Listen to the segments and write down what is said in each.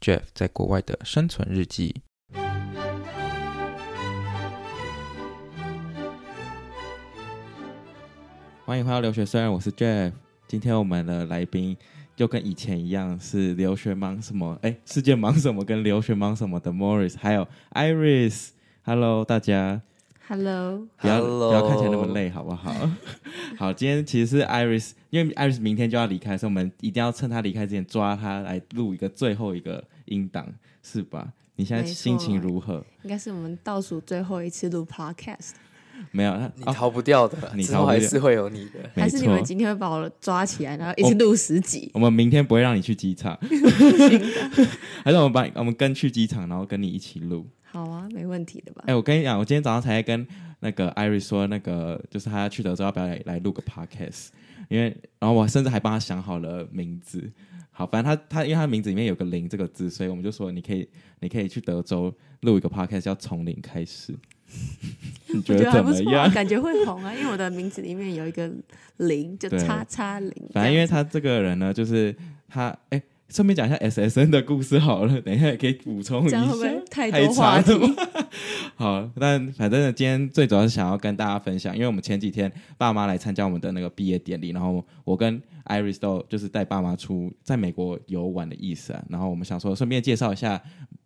Jeff 在国外的生存日记。欢迎回到留学，虽然我是 Jeff，今天我们的来宾又跟以前一样是留学忙什么，哎，世界忙什么跟留学忙什么的 Morris，还有 Iris。Hello，大家。 Hello，不要 Hello 不要看起来那么累，好不好？ 好，今天其实是 Iris，因为 Iris 明天就要离开，所以我们一定要趁她离开之前抓她来录一个最后一个音档，是吧？你现在没错心情如何？应该是我们倒数最后一次录 Podcast，没有，她你哦，逃不掉的， 你之逃后不还掉是会有你的。没还是你们错哦今天会把我抓起来，然后一起录十集？我们明天不会让你去机 场，还是我们把你我们跟去机场，然后跟你一起录。好啊，没问题的吧？哎、我跟你讲，我今天早上才跟那个艾瑞说，那个就是他去德州要不要来来录个 podcast，因为然后我甚至还帮他想好了名字。好，反正他他因为他名字里面有个零这个字，所以我们就说你可以你可以去德州录一个 podcast，叫从零开 始。你我觉得还怎不么错、啊，样？感觉会红啊，因为我的名字里面有一个零，就对叉叉零。反正因为他这个人呢，就是他哎，顺便讲一下 SSN 的故事好了，等一下也可以补充一这样下会。不会太太多话题长？了吧 好，但反正呢，今天最主要是想要跟大家分享，因为我们前几天爸妈来参加我们的那个毕业典礼，然后我跟 Iris 都就是带爸妈出在美国游玩的意思啊，然后我们想说顺便介绍一下。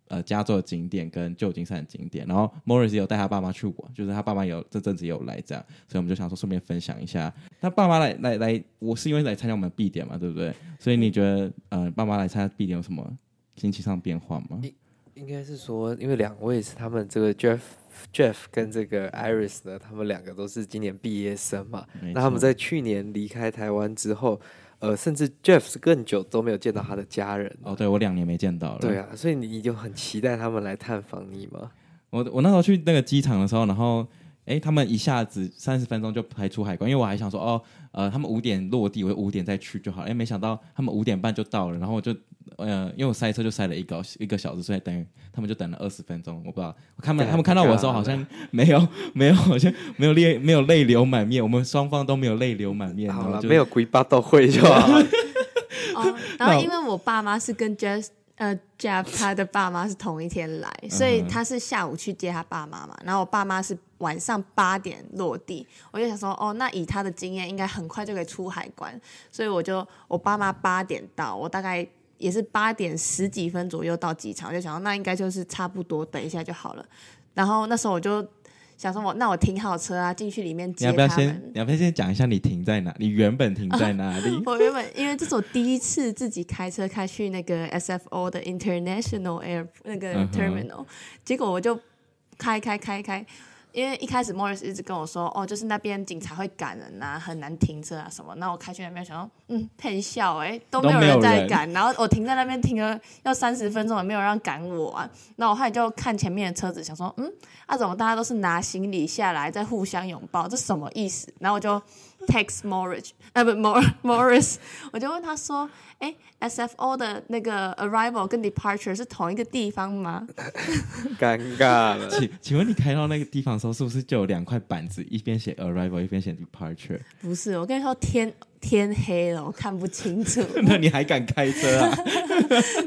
呃，加州的景点跟旧金山的景点，然后 Morris 也有带他爸妈去玩，就是他爸妈有这阵子也有来这样，所以我们就想说顺便分享一下。他爸妈来来来，我是因为来参加我们的毕典嘛，对不对？所以你觉得呃，爸妈来参加毕典有什么心情上变化吗？应该是说，因为两位是他们这个 Jeff Jeff 跟这个 Iris 呢，他们两个都是今年毕业生嘛。没那他们错在去年离开台湾之后，呃，甚至 Jeff 是更久都没有见到他的家人了。哦，对我两年没见到了。对啊，所以你就很期待他们来探访你吗？我我那时候去那个机场的时候，然后哎，诶他们一下子三十分钟就排出海关，因为我还想说哦，呃，他们五点落地，我就五点再去就好了。哎，没想到他们五点半就到了，然后我就呃，因为我塞车就塞了一个一个小时，所以等于他们就等了二十分钟。我不知道，他们对他们看到我的时候好像没有 没有好像没有泪没有泪流满面，我们双方都没有泪流满面。好然后了，就没有鬼巴都会就好了。 哦，然后因为我爸妈是跟 Jeff 呃 Jeff 他的爸妈是同一天来，嗯所以他是下午去接他爸妈嘛，然后我爸妈是晚上八点落地，我就想说哦，那以他的经验，应该很快就可以出海关，所以我就我爸妈八点到，我大概。也是八点十几分左右到机场，我就想说那应该就是差不多，等一下就好了。然后那时候我就想说我，那我停好车啊，进去里面你接要不要他先们。你要不要先讲一下你停在哪？你原本停在哪里？ 我原本因为这是我第一次自己开车开去那个 SFO 的 International Air 那个嗯哼 Terminal，、结果我就开开开开，因为一开始 Morris 一直跟我说，哦，就是那边警察会赶人呐、很难停车啊什么。那我开去那边想说，嗯，骗笑哎、都没有人在赶。然后我停在那边停了要三十分钟，也没有人赶我啊。那我后来就看前面的车子，想说，嗯，啊怎么大家都是拿行李下来在互相拥抱，这什么意思？然后我就 text Morris，呃不 Mor Morris，我 就问他说，哎，SFO 的那个 arrival 跟 departure 是同一个地方吗？尴尬 了。请请问你开到那个地方的时候，是不是就有两块板子，一边写 arrival，一边写 departure？不是，我跟你说天天黑了，我看不 清楚。那你还敢开车啊？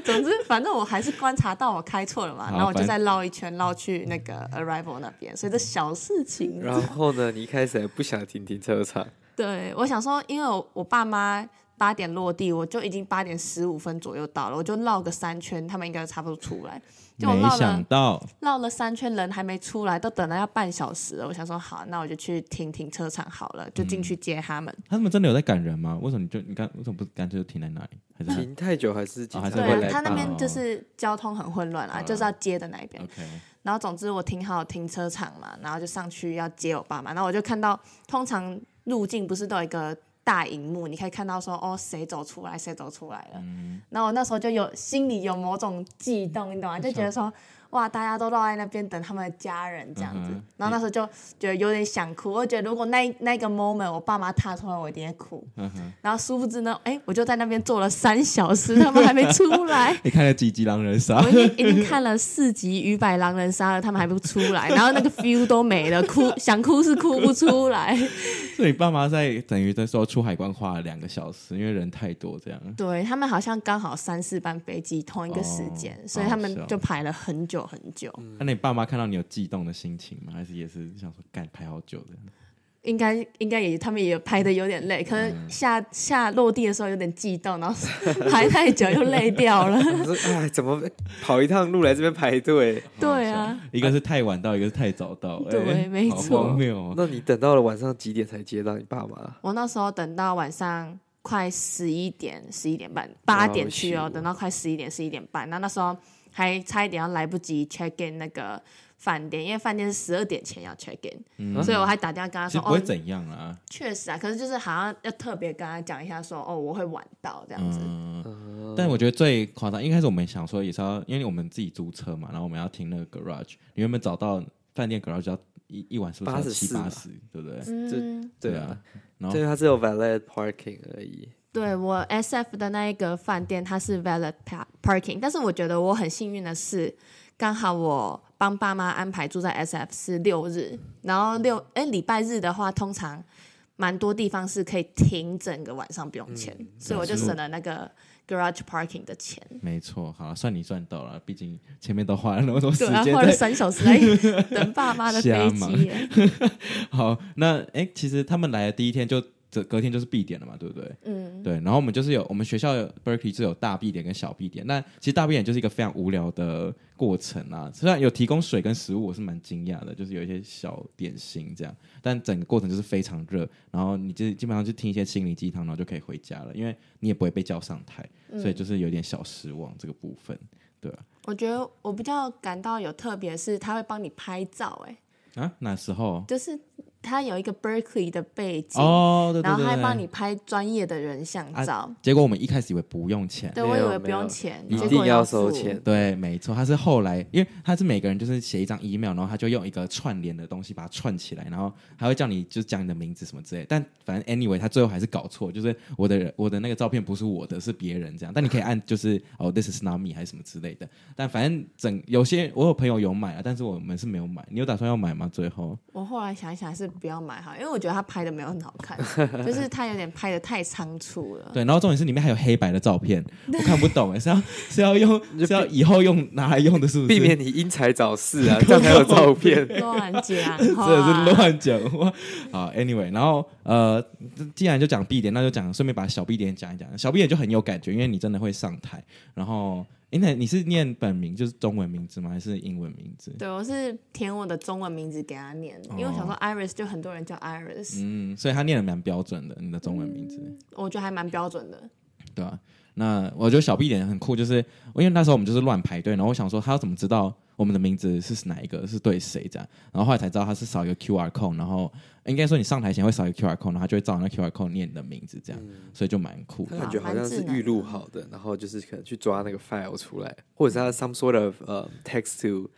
总之，反正我还是观察到我开错了嘛，好然后我就再绕一圈，绕去那个 arrival 那边，所以这小事情。啊然后呢，你一开始还不想停停车场，对，我想说，因为我我爸妈八点落地，我就已经八点十五分左右到了，我就绕个三圈，他们应该差不多出来。 就我没绕想了到绕了三圈，人还没出来，都等了要半小时了。我想说，好，那我就去停停车场好了，就进去接他们。他们真的有在赶人吗？为什么你就你干为什么不干脆就停在那里？还是他停太久还是警哦还察是对会啊来，他那帮嗯边哦就是交通很混乱啊，就是要接的那一边。 OK？然后总之我停好停车场嘛，然后就上去要接我爸妈，然后我就看到通常路径不是都有一个大荧幕，你可以看到说哦谁走出来谁走出来了，嗯然后我那时候就有心里有某种悸动，你懂吗？就觉得说哇大家都绕在那边等他们的家人这样子，嗯哼然后那时候就觉得有点想哭，我觉得如果那那个 moment 我爸妈踏出来，我一定会哭。嗯哼，然后殊不知呢，哎，我就在那边坐了三小时，他们还没出来。你看了几集《狼人杀我》？已经已经看了四集《鱼百狼人杀》了，他们还不出来，然后那个 feel 都没了，哭想哭是哭不出来。所以爸妈在等于在说出海关花了两个小时，因为人太多这样。对他们好像刚好三四班飞机同一个时间，哦所以他好笑们就排了很久很久，那、你爸妈看到你有悸动的心情吗？还是也是想说干排好久这样？应该应该也他们也排的有点累，可能下下落地的时候有点激动，然后 排太久又累掉了。我说哎，怎么跑一趟路来这边排队？对啊，一个是太晚到，一个是太早到。哎对没好错荒谬哦。那你等到了晚上几点才接到你爸妈？我那时候等到晚上快十一点、十一点半、啊八点去好哦，辛苦等到快十一点、十一点半，那那时候还差一点要来不及 check in 那个饭店，因为饭店是十二点前要 check in，、嗯所以我还打电话跟他其实说，不会哦，怎样啊。确实啊，可是就是好像要特别跟他讲一下说，哦，我会晚到这样子。嗯，但我觉得最夸张，一开始我们想说也是要，因为我们自己租车嘛，然后我们要停那个 garage，你原本找到饭店 garage 要一一晚是不是要七84八嘛十，啊对不对？嗯，对啊啊，，然后对，他只有 valet parking 而已。对我 S F 的那一个饭店，它是 valet pa- parking，但是我觉得我很幸运的是，刚好我帮爸妈安排住在 S F 是六日，然后六哎礼拜日的话，通常蛮多地方是可以停整个晚上不用钱，嗯所以我就省了那个 garage parking 的钱。没错，好了，算你赚到了，毕竟前面都花了那么多时对啊，间花了在。三小 时来等爸妈的瞎飞忙机耶。 好，那哎、诶其实他们来的第一天就隔隔天就是必点了嘛，对不对？嗯，对，然后我们就是有我们学校有 Berkeley 是有大 B 点跟小 B 点，那其实大 B 点就是一个非常无聊的过程啊。虽然有提供水跟食物，我是蛮惊讶的，就是有一些小点心这样，但整个过程就是非常热，然后你就基本上就听一些心灵鸡汤，然后就可以回家了，因为你也不会被叫上台，嗯所以就是有点小失望这个部分。对啊我觉得我比较感到有特别是，他会帮你拍照，哎，啊，那时候就是他有一个 Berkeley 的背景。哦，对对对然后他还对帮你拍专业的人像照。结果我们一开始以为不用钱，对，没我以有为不没有用钱，一结定果要付收钱。对，没错，他是后来，因为他是每个人就是写一张 email，然后他就用一个串联的东西把它串起来，然后还会叫你就讲你的名字什么之类。但反正 anyway，他最后还是搞错，就是我的人我的那个照片不是我的，是别人这样。但你可以按就是哦，this is not me 还是什么之类的。但反正整有些我有朋友有买啊，但是我们是没有买。你有打算要买吗？最后我后来想一想，还是不要买好，因为我觉得他拍的没有很好看，就是他有点拍的太仓 促了。对，然后重点是里面还有黑白的照片，我看不懂哎，是要是要用是要以后用拿来用的，是不是？啊避免你因材找事啊，这样才有 照片。乱讲真话，的是乱讲话。好，anyway，然后呃，既然就讲 B 点，那就讲顺便把小 B 点讲一讲。小 B 点就很有感觉，因为你真的会上台。然后，诶，那你是念本名就是中文名字吗？还是英文名字？对，我是填我的中文名字给他念，因为我想说 Iris 就很多人叫 Iris，、嗯，所以他念的蛮标准的，你的中文名字，我觉得还蛮标准的。对吧、那我觉得小 B 点很酷，就是因为那时候我们就是乱排队，然后我想说他要怎么知道我们的名字是哪一个，是对谁这样，然后后来才知道他是扫一个 QR code，然后应该说你上台前会扫一个 QR code，然后他就会照那 QR code 念你的名字这嗯样，所以就蛮酷的他。感觉好像是预录好的，然后就是可能去抓那个 file 出来，或嗯者是他 some sort of 呃、text to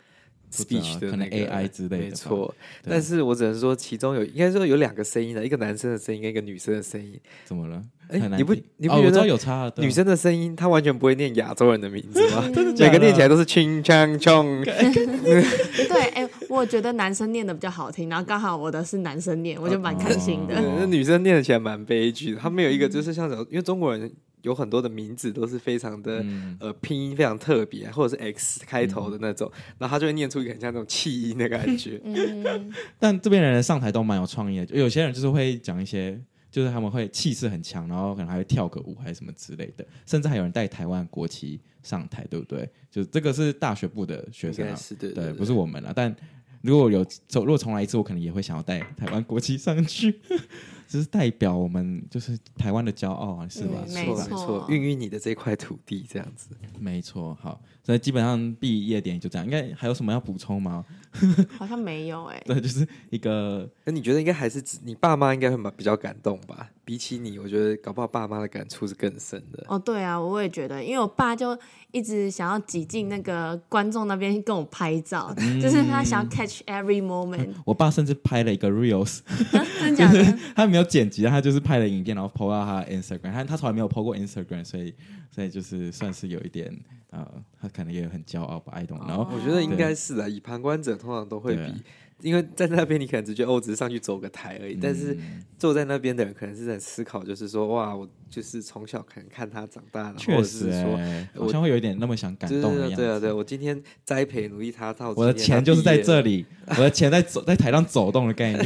知道啊 speech 的可能那个 AI 之类的没吧错。对但是我只能说，其中有应该说有两个声音的，一个男生的声音跟一个女生的声音。怎么了？哎很难你不听你不哦觉我知道得有差啊？对啊女生的声音，她完全不会念亚洲人的名字 吗？假的每个念起来都是 ching chang chong，对，哎、我觉得男生念的比较好听，然后刚好我的是男生念，我就蛮开心的。。哦 那女生念起来蛮悲剧的。她没有一个就是像，因为中国人有很多的名字都是非常的。嗯，呃拼音非常特别，或者是 X 开头的那种，然后他就会念出一个很像那种气音的感觉嗯，但这边的人上台都蛮有创意的，有些人就是会讲一些就是他们会气势很强，然后可能还会跳个舞还是什么之类的，甚至还有人带台湾国旗上台，对不对？就是这个是大学部的学应生该啊，是对对，对，不是我们了。但如果有走，如果重来一次，我可能也会想要带台湾国旗上去， 只是代表我们就是台湾的骄傲啊，是吧？嗯是没吧没错错，孕育你的这块土地这样子。没错。好，所以基本上毕业典礼就这样。应该还有什么要补充吗？ 好像没有哎、对，就是一个那你觉得应该还是只你爸妈应该会蛮比较感动吧？比起你，我觉得搞不好爸妈的感触是更深的。哦，对啊，我也觉得，因为我爸就一直想要挤进那个观众那边跟我拍照，就是他想要 catch every moment，我爸甚至拍了一个 reels，啊真的假 的？他没有剪辑，他就是拍了影片，然后 PO 到他的 Instagram，他他从来没有 PO 过 Instagram，所以所以就是算是有一点呃，他可能也很骄傲吧，I don't know。哦我觉得应该是啊的，以旁观者通常都会对啊比，因为在那边你可能只觉得哦，我只是上去走个台嗯而已，但是坐在那边的人可能是在思考，就是说哇，我就是从小可能看他长大，然后或确者实、是说。欸，我好像会有一点那么想感对动对的对样对啊，子。对啊，我今天栽培努力他到我的今天钱他就是在毕业了这 里，我的钱在走在 台上走动的概念。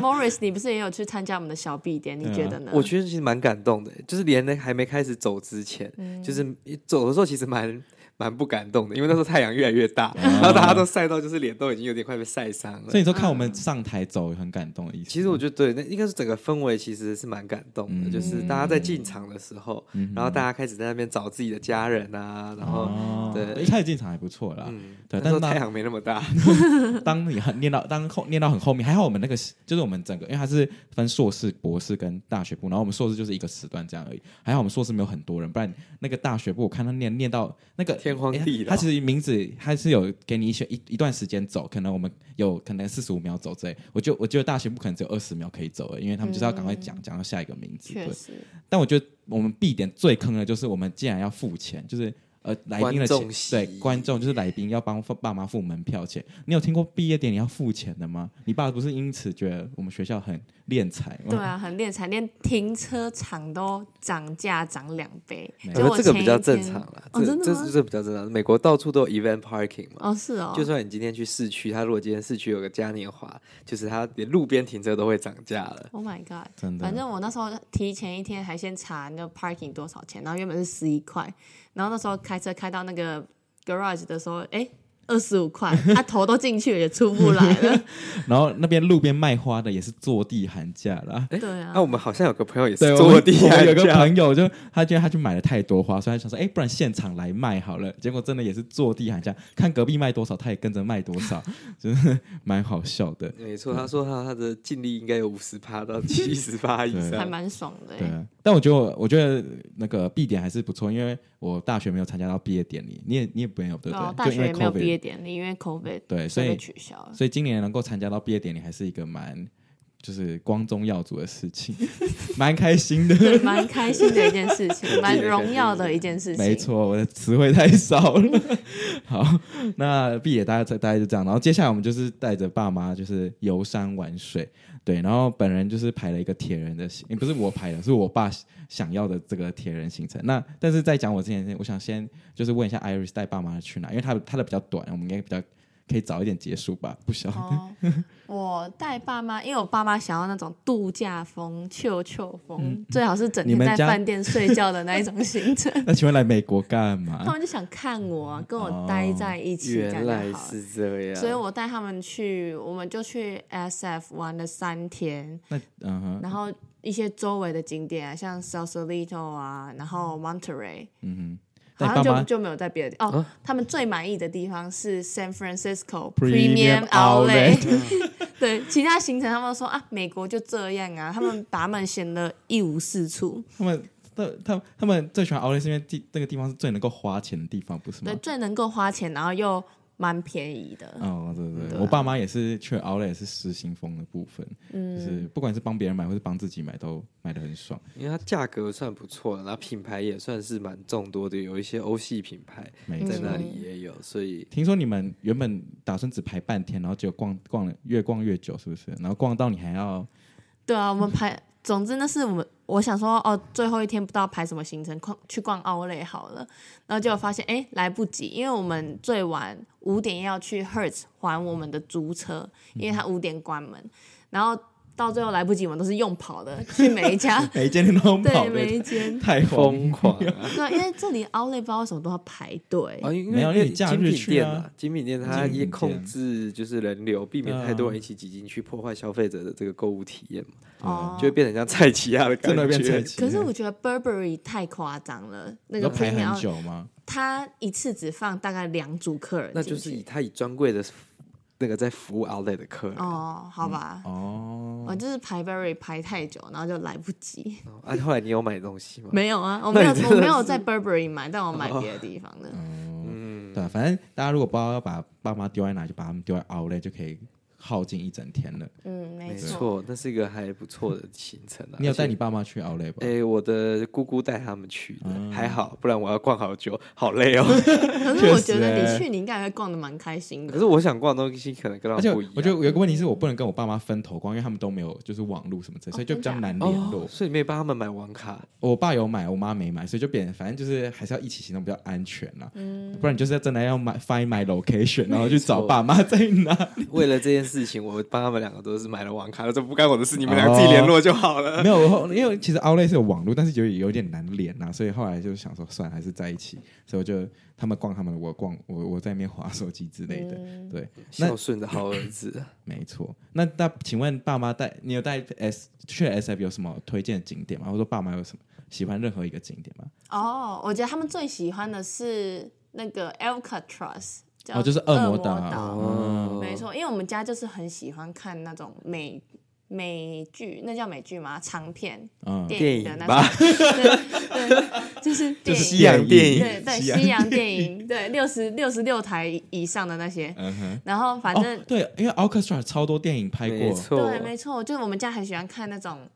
Morris，你不是也有去参加我们的小 B 点？你对啊觉得呢？我觉得其实蛮感动的，就是连那还没开始走之前，嗯就是一走的时候其实蛮蛮不感动的，因为那时候太阳越来越大，嗯然后大家都晒到就是脸都已经有点快被晒伤了所以。你说看我们上台走很感动的意思。嗯其实我觉得对，那应该是整个氛围其实是蛮感动的，嗯就是大家在进场的时候，然后大家开始在那边找自己的家人啊，然后、哦，对一开始进场还不错啦。嗯，对，但那哎时是候太当阳没那么大， 当你很念到当后念到很后面，还好我们那个就是我们整个，因为它是分硕士、博士跟大学部，然后我们硕士就是一个时段这样而已。还好我们硕士没有很多人，不然那个大学部我看他念念到那个天荒地欸老他其实名字他是有给你一些一一段时间走，可能我们有可能四十五秒走之类。我就我觉得大学不可能只有二十秒可以走而已，因为他们就是要赶快嗯讲讲、到下一个名字。对确，实，但我觉得我们必点最坑的就是我们竟然要付钱，就是呃来宾的钱观众，席对观众就是来宾要帮父爸妈付门票钱。你有听过毕业典礼要付钱的吗？你爸不是因此觉得我们学校很敛财吗？对啊，很练才，连停车场都涨价涨两倍。没我就觉我前得这个比一较正天常啦，哦这真的这吗这这比较正常。美国到处都有 event parking 嘛，哦，是哦，就算你今天去市区，他如果今天市区有个嘉年华，就是他连路边停车都会涨价了。 Oh my god！真的反正我那时候提前一天还先查那个 parking 多少钱，然后原本是十一块，然后那时候开车开到那个 garage 的时候，哎，二十五 块，他、头都进去了也出不来了。然后那边路边卖花的也是坐地喊价啦。对啊那、，哦我们好像有个朋友也对，是我坐们地我们喊有个价，朋友就他觉得他去买了太多花，所以他想说，哎、不然现场来卖好了。结果真的也是坐地喊价，看隔壁卖多少，他也跟着卖多少， 就是蛮好笑的。没错，他说他他的净利应该有五十趴到七十趴以还上。蛮爽的、对诶啊，但我觉得我我觉得那个 B 点还是不错，因为我大学没有参加到毕业典礼，你也你也没有对不然后对？啊哦大就因学为也没有毕业 COVID，典礼，因为 COVID 对，所所以被以取消了。所以今年能够参加到毕业典礼还是一个蛮就是光宗耀祖的事情， 蛮开心的。对，蛮开心的一件事 情，蛮荣耀的一件事情。没，错，我的词汇太少了。 好，那毕业大家大概就这样，然后接下来我们就是带着爸妈就是游山玩水，对，然后本人就是排了一个铁人的行，诶不是我排的，是我爸想要的这个铁人行程。那但是在讲我之前，我想先就是问一下 Iris 带爸妈去哪，因为他他的比较短，我们应该比较可以早一点结束吧，不晓得。哦，我带爸妈，因为我爸妈想要那种度假风、秋秋风，最好是整嗯你天们在家饭店睡觉的那一种行程。 那请问来美国干他嘛？们就想看我啊、跟我待在一起，这哦原样来就好了。是这样，所以我带他们去，我们就去 SF 玩了三天，那嗯哼，然后一些周围的景点啊，像 Sausalito 啊，然后 Monterey，嗯哼，好带爸像就妈就没有在别的地哦。他们最满意的地方是 San Francisco Premium Premium Outlet Outlet，对， 其他行程他们都说啊，美国就这样啊，他们把他们显得一无是处。他们。他他他们最喜欢奥莱，是因为地那个地方是最能够花钱的地方，不是吗对，？最能够花钱，然后又蛮便宜的。哦，对对，对我啊爸妈也是去 Outlet 是失心疯的部分，嗯就是不管是帮别人买或是帮自己买，都买的很爽。因为它价格算不错，然后品牌也算是蛮众多的，有一些欧系品牌没在错那里也嗯有，所以听说你们原本打算只排半天，然后结果逛逛了越逛越久，是不是？然后逛到你还要，对啊，我们排，总之那是我们我想说哦，最后一天不知道排什么行程，逛去逛奥莱好了。然后结果发现哎来不及，因为我们最晚五点要去 Hertz 还我们的租车，因为他五点关门。然后到最后来不及，我们都是用跑的去每一家 每一间店都跑对每一间，太疯疯狂了。啊！对，因为这里 Outlet 不知道为什么都要排队，啊因为没有因为你假精日品去店啊啊，精品店它精品也店控制就是人流，避免对啊太多人一起挤进去，破坏消费者的这个购物体验嘛，哦就会变成像菜奇亚的感嗯真的觉。变菜奇可是我觉得 Burberry 太夸张了，那你个都排 premium 很久吗？他一次只放大概两组客人进去，那就是以他以专柜的那个在服务 outlet 的客人，哦，好吧，哦，我就是排 Burberry 排太久，然后就来不及。啊，后来你有买东西吗？没有啊，我那没你有，真我的没有在 Burberry 买，但我买别的地方的。嗯，对啊，反正大家如果不知道要把爸妈丢在哪，就把他们丢在 Outlet 就可以耗尽一整天了。嗯，没没错。错，那是一个还不错的行程啊。你有带而且你？爸妈去 Outlet 吧？哎，我的姑姑带他们去的，嗯还好，不然我要逛好久，好累 哦。可确是我实觉得欸你去，你应该也会逛的蛮开心可的。是我想逛的东西可能跟他而且们我不一样。嗯我觉得有一个问题是我不能跟我爸妈分头逛，因为他们都没有就是网络什么之类，所以就比较真难联哦络，。所以你没帮他们买网卡，我爸有买，我妈没买，所以就变，反正就是还是要一起行动比较安全啦。嗯不然你就是真的要买 find my location，然后去找爸妈在 哪。为了这件事情，我帮他们两个都是买了网卡，这不干我的事，你们俩自己联络就好了。没有，我后因为其实 Outlet 是有网络，但是有有点难连呐、所以后来就想说，算了还是在一起，所以我就他们逛他们的，我逛我我在那边划手机之类的。嗯对，那孝顺的好儿子，没错。那那请问爸妈带你有带 S 去了 SF 有什么推荐的景点吗？或者说爸妈有什么喜欢任何一个景点吗？哦，我觉得他们最喜欢的是那个 Alcatraz，叫哦，就是恶恶魔魔岛。哦嗯没错，因为我们家就是很喜欢看那种美美剧，那叫美剧吗？长片嗯，电影的那电影吧种，对对，就是电西影。洋电影对对，西洋电影，对六十六十六台以上的那些，嗯哼，然后反正、哦、对，因为 Orchestra 超多电影拍过，没错，对，没错，就是我们家很喜欢看那种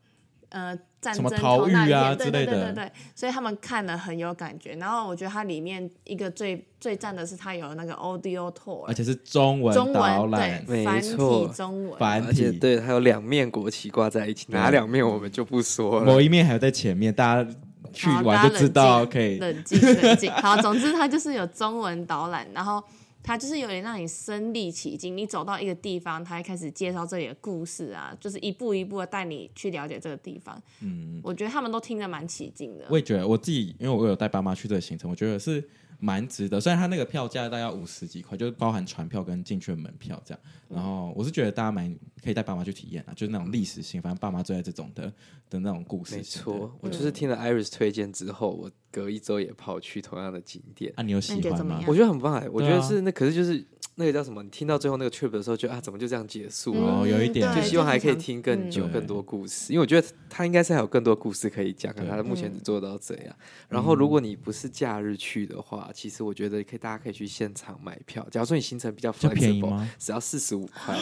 呃战什争么逃狱啊难片对之类对对的对对，所以他们看了很有感觉。然后我觉得它里面一个最最赞的是它有那个 audio 而 tour，且是中文中导文览，没对，繁体错中文，繁而且体。对，还有两面国旗挂在一起，哪两面我们就不说了。某一面还有在前面，大家去好哦大玩家就知道可以。冷静冷静。好，总之它就是有中文导览，然后它就是有点让你身临其境。你走到一个地方，它会开始介绍这里的故事啊，就是一步一步的带你去了解这个地方。嗯，我觉得他们都听得蛮起劲的。我也觉得我自己，因为我有带爸妈去这个行程，我觉得是蛮值得。虽然它那个票价大概要五十几块，就是包含船票跟进去的门票这样。然后我是觉得大家蛮可以带爸妈去体验啊，就是那种历史性，反正爸妈最爱这种的的那种故事。没错，，我就是听了 Iris 推荐之后，我隔一周也跑去同样的景点，啊，你有那喜你觉得欢怎么吗样？我觉得很棒哎、我觉对得啊是那可是就是那个叫什么？你听到最后那个 trip 的时候，觉得啊，怎么就这样结束了？哦有一点嗯嗯就对希望还可以就是听更久、嗯更多故事，因为我觉得他应该是还有更多故事可以讲，可啊他目前只做到这样。然嗯后，如果你不是假日去的话，其实我觉得可以，大家可以去现场买票。假如说你行程比较比较便宜 flexible，吗只要四十五块，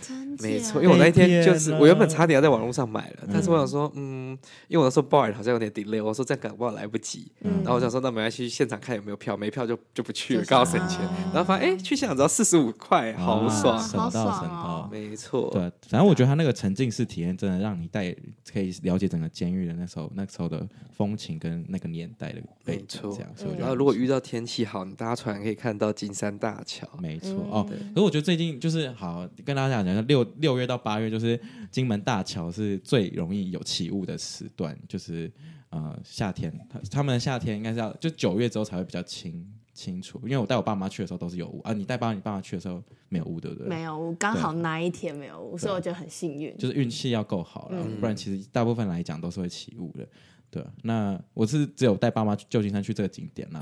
真假没错。因为我那一被天骗就是了我原本差点要在网络上买了，但是我想说，嗯，因为我那时候 bar 好像有点 delay，我说这样搞不好来不及。嗯然后我想说，那没关系，现场看有没有票，没票就就不去了，嗯就哦刚好省算了钱。然后发现哎，去现场只要四十五块，好爽。啊省好到爽省到哦。没错，对，反正我觉得他那个沉浸式体验，真的让你带可以了解整个监狱的那时候那时候的风情跟那个年代的背景，没错这样。所以我觉然得后如果遇到天气好，你搭船可以看到金山大桥。没错、嗯哦，可是我觉得最近就是好跟大家讲讲，六六月到八月就是金门大桥是最容易有起雾的时段，就是呃夏天，他他们的夏天应该是要就九月之后才会比较清清楚，因为我带我爸妈去的时候都是有雾啊，你带爸你爸妈去的时候没有雾，对不对？没有，我刚好那一天没有，我所以我觉得很幸运。就是运气要够好了，嗯不然其实大部分来讲都是会起雾的。对啊，那我是只有带爸妈去旧金山去这个景点啦，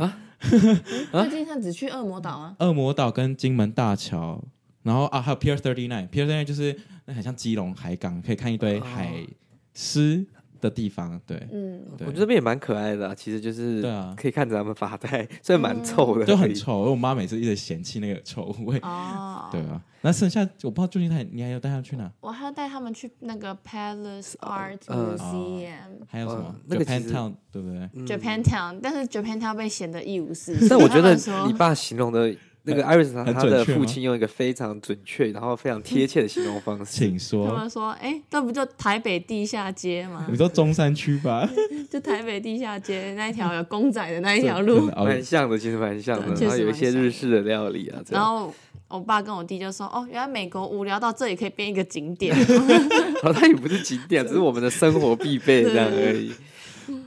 啊最近他只去恶魔岛啊，恶魔岛跟金门大桥，然后啊还有 Pier Thirty Nine，Pier Thirty Nine 就是那很像基隆海港，可以看一堆海狮的地方。对，嗯，我对觉得这边也蛮可爱的啊、其实就是对啊可以看着他们发呆，虽然嗯蛮臭的，就很。臭，我妈每次一直嫌弃那个臭味。哦，对啊，那剩下我不知道最近他你还有带他去哪？我还要带他们去那个 Palace Art 嗯 Museum、还有什么哦？那个其 Japan 实嗯 Town 对不对？ Japan Town，但是 Japan Town 被显得一无是处。但我他觉们得说你爸形容的那个 Iris，他很他准的确吗父亲用一个非常准确，然后非常贴切的形容方式。请他说，们说，哎、那不就台北地下街吗 你？说中山区吧？嗯就台北地下街那一条有公仔的那一条真路的。蛮哦像的，其实蛮像对的，然后确实有一些蛮像日式的料理啊，这然样后我爸跟我弟就说：“哦，原来美国无聊到这里可以变一个景点。好，它也不是景点，只是我们的生活必备这样而已。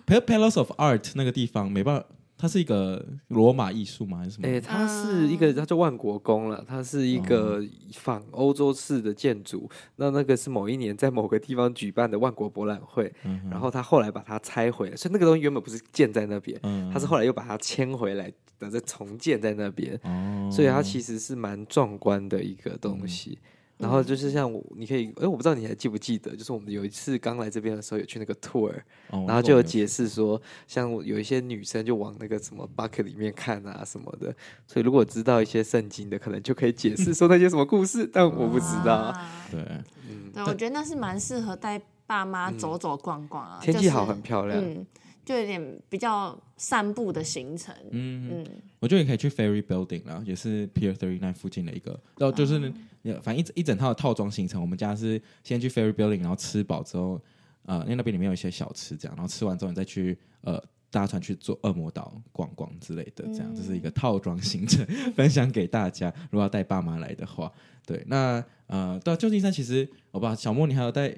Pal Palace of Art 那个地方没办法，它是一个罗马艺术吗？还是什么？哎、它是一个，它叫万国宫了，它是一个仿欧洲式的建筑。那那个是某一年在某个地方举办的万国博览会，然后他后来把它拆毁了，所以那个东西原本不是建在那边，嗯他是后来又把它迁回来，等着重建在那边。哦所以它其实是蛮壮观的一个嗯东西。然后就是像我，你可以，哎，我不知道你还记不记得，就是我们有一次刚来这边的时候，有去那个 tour，哦然后就有解释说，像我有一些女生就往那个什么 bucket 里面看啊什么的，所以如果知道一些圣经的，可能就可以解释说那些什么故事，但我”不知道。啊对，对，我觉得那是蛮适合带爸妈走走逛逛啊。天气好，很漂漂亮，嗯，就有点比较散步的行程。嗯，嗯，我觉得你可以去 Ferry Building 啦，也是 Pier Thirty Nine 附近的一个，然后就是呃反正一整一整套的套装行程，我们家是先去 Ferry Building，然后吃饱之后，呃，因为那边里面有一些小吃这样，然后吃完之后你再去呃。搭船去做恶魔岛逛逛之类的，这样、这是一个套装行程， 分享给大家。如果要带爸妈来的话，对，那呃，对、啊，旧金山其实，好吧，小莫，你还有带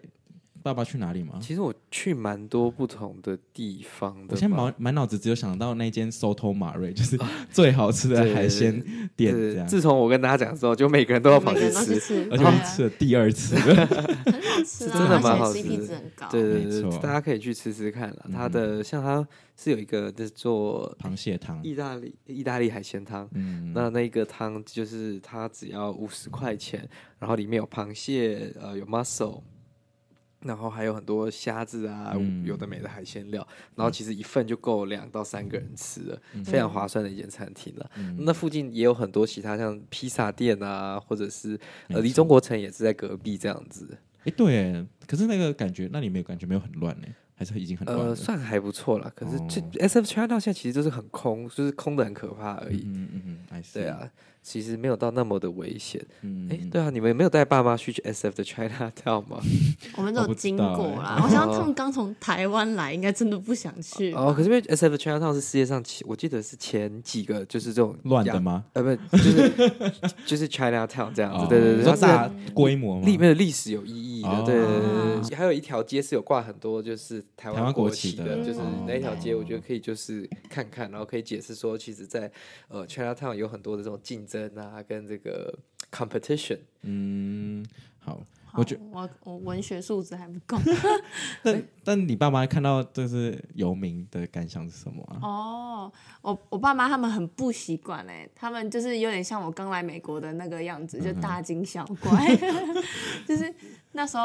爸爸去哪里吗？其实我去蛮多不同的地方的吧。我现在满满脑子只有想到那间 Soto 马瑞，就是最好吃的啊对海鲜店，对这样，自从我跟大家讲之后，就每个人都要跑每个人去都去吃。吃，而且对我啊们吃了第二次。 好吃啊，真的蛮而好且吃 CP 的值很高。对对没对，错嗯大家可以去吃吃看啦。它的像它是有一个就是做螃蟹汤，意大利意大利海鲜汤，嗯，那那个汤就是它只要五十块钱，然后里面有螃蟹，呃，有 mussel，然后还有很多虾子啊，嗯有的没的海鲜料，然后其实一份就够两到三个人吃了，嗯非常划算的一间餐厅了。那附近也有很多其他像披萨店啊，或者是呃离中国城也是在隔壁这样子，哎，对，可是那个感觉，那里没有感觉没有很乱呢，还是已经很乱呃，了。算还不错啦。可是这哦 S F China 现在其实就是很空，就是空的很可怕而已。嗯嗯嗯，I see，对啊，其实没有到那么的危险。嗯，哎、嗯，对啊，你们没有带爸妈去 SF 的 China Town 吗？我们都我不有知经道过欸啦。我想他们刚从台湾来，应该真的不想去。哦，可是因为 SF 的 China Town 是世界上前，我记得是前几个就是这种乱亚的？吗？呃，不，就是就是 China Town 这样子。哦对对你对，说它大是规模吗？里面的历史有意义的。哦对对对对，还有一条街是有挂很多就是台台湾湾国旗旗的的，就是嗯那条街，哦我觉得可以就是看看，然后可以解释说，其实在呃 China Town 有很多的这种竞争啊，跟这个 competition。嗯，好。好我觉我我文学素质还不够但但你爸妈看到就是游民的感想是什么啊？哦。我我爸妈他们很不习惯哎，他们就是有点像我刚来美国的那个样子，嗯就大惊小怪。 就是那时候，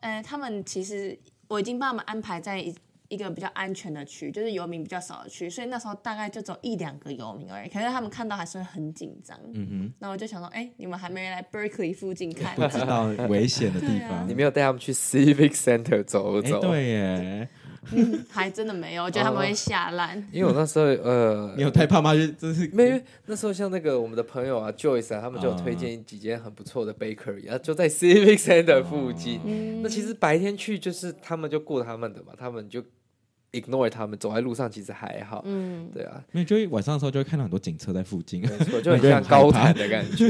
呃，他们其实我已经帮他们安排在一一个比较安全的区，就是游民比较少的区，所以那时候大概就只有一两个游民而已。可是他们看到还是会很紧张。嗯哼。那我就想说，哎，你们还没来 Berkeley 附近看？不知道危险的地方啊你，没有带他们去 Civic Center 走哎，走？对耶，还真的没有，我哦觉得他们会吓烂。因为我那时候呃你，有带爸妈去，真是没有，因为那时候像那个我们的朋友啊，Joyce 啊，他们就有推荐几间很不错的 bakery，然后就在 Civic Center 附近。那其实白天去就是他们就过他们的嘛，他们就 ignore 他们，走在路上其实还好。嗯，对 啊，没有，就会晚上的时候就会看到很多警车在附近。没错，就很我觉得像很害高怕谈的感觉，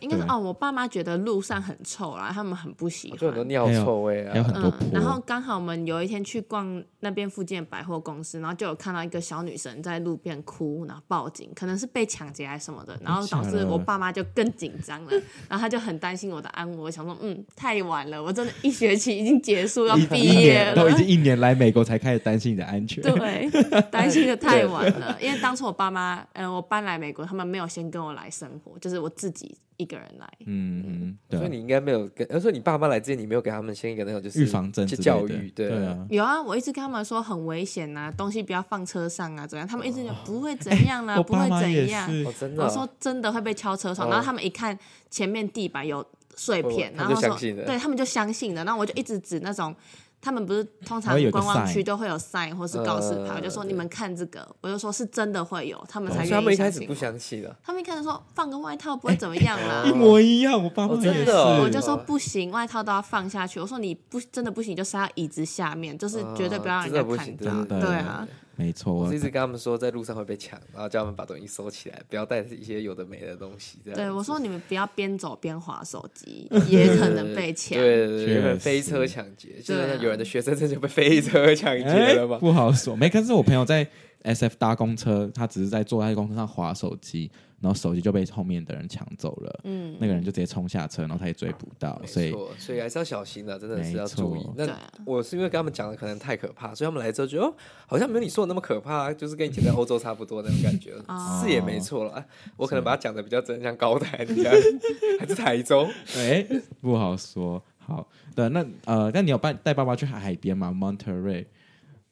应该是对哦哦，我爸妈觉得路上很臭啦，他们很不喜就很多欢。尿臭味还有啊。很多嗯，然后坡，刚好我们有一天去逛那边附近的百货公司，然后就有看到一个小女生在路边哭，然后报警，可能是被抢劫还是什么的，然后导致我爸妈就更紧张了， 然后他就很担心我的安危，我想说，嗯，太晚了，我真的一学期已经结束要一毕一业年了，都已经一年来美国才开始担心你的安全。 对，担心的太晚了， 因为当初我爸妈，呃，我搬来美国，他们没有先跟我来生活，就是我自己一个人来。嗯嗯，对所以啊，你应该没有跟，呃所以你爸妈来之前，你没有给他们先一个那种就是预防针之就类的教育，对对啊。啊。有啊，我一直跟他们说很危险呐、东西不要放车上啊，怎样？他们一直讲不会怎样 啦、我不爸会妈也怎样。是哦，，真的我哦、说真的会被敲车窗，哦然后他们一看前面地板有碎片，哦然他后他们说就相信了对，他们就相信了。然后我就一直指那种，他们不是通还常会有个观光 sign 区都会有 sign 或是告示牌，呃我就说对你们看这个，我就说是真的会有，他们哦所才以愿意他们一开相始信不我相信啊。他们一开始说放个外套不会怎么样 啦。一模一样，我爸妈哦也真是。的哦我就说不行，外套都要放下去。我说你不真的不行，就塞到椅子下面，就是绝对不要让啊人真的家不看行到。真的对啊，没错，我我是一直跟他们说在路上会被抢，然后叫他们把东西收起来，不要带一些有的没的东西。这样子对我说：“你们不要边走边划手 机，也可能被抢。对对确对，有人飞实车抢劫，现在对啊有人的学生证就被飞车抢劫了嘛？哎不好说。没，可是我朋友在 SF 搭公车，他只是在坐在公车上划手机，然后手机就被后面的人抢走了。嗯，那个人就直接冲下车，然后他也追不到，所没以错，所以还是要小心的、真的是要没错注意。那对啊我是因为跟他们讲的可能太可怕，所以他们来之后觉得哦，好像没有你说的那么可怕、啊就是跟以前在欧洲差不多那种感觉， 哦是也没错了。我可能把它讲的比较真，像高台一样， 还是 台中。哎、不好说。好的，那呃，那你有带带爸爸去海边吗？Monterey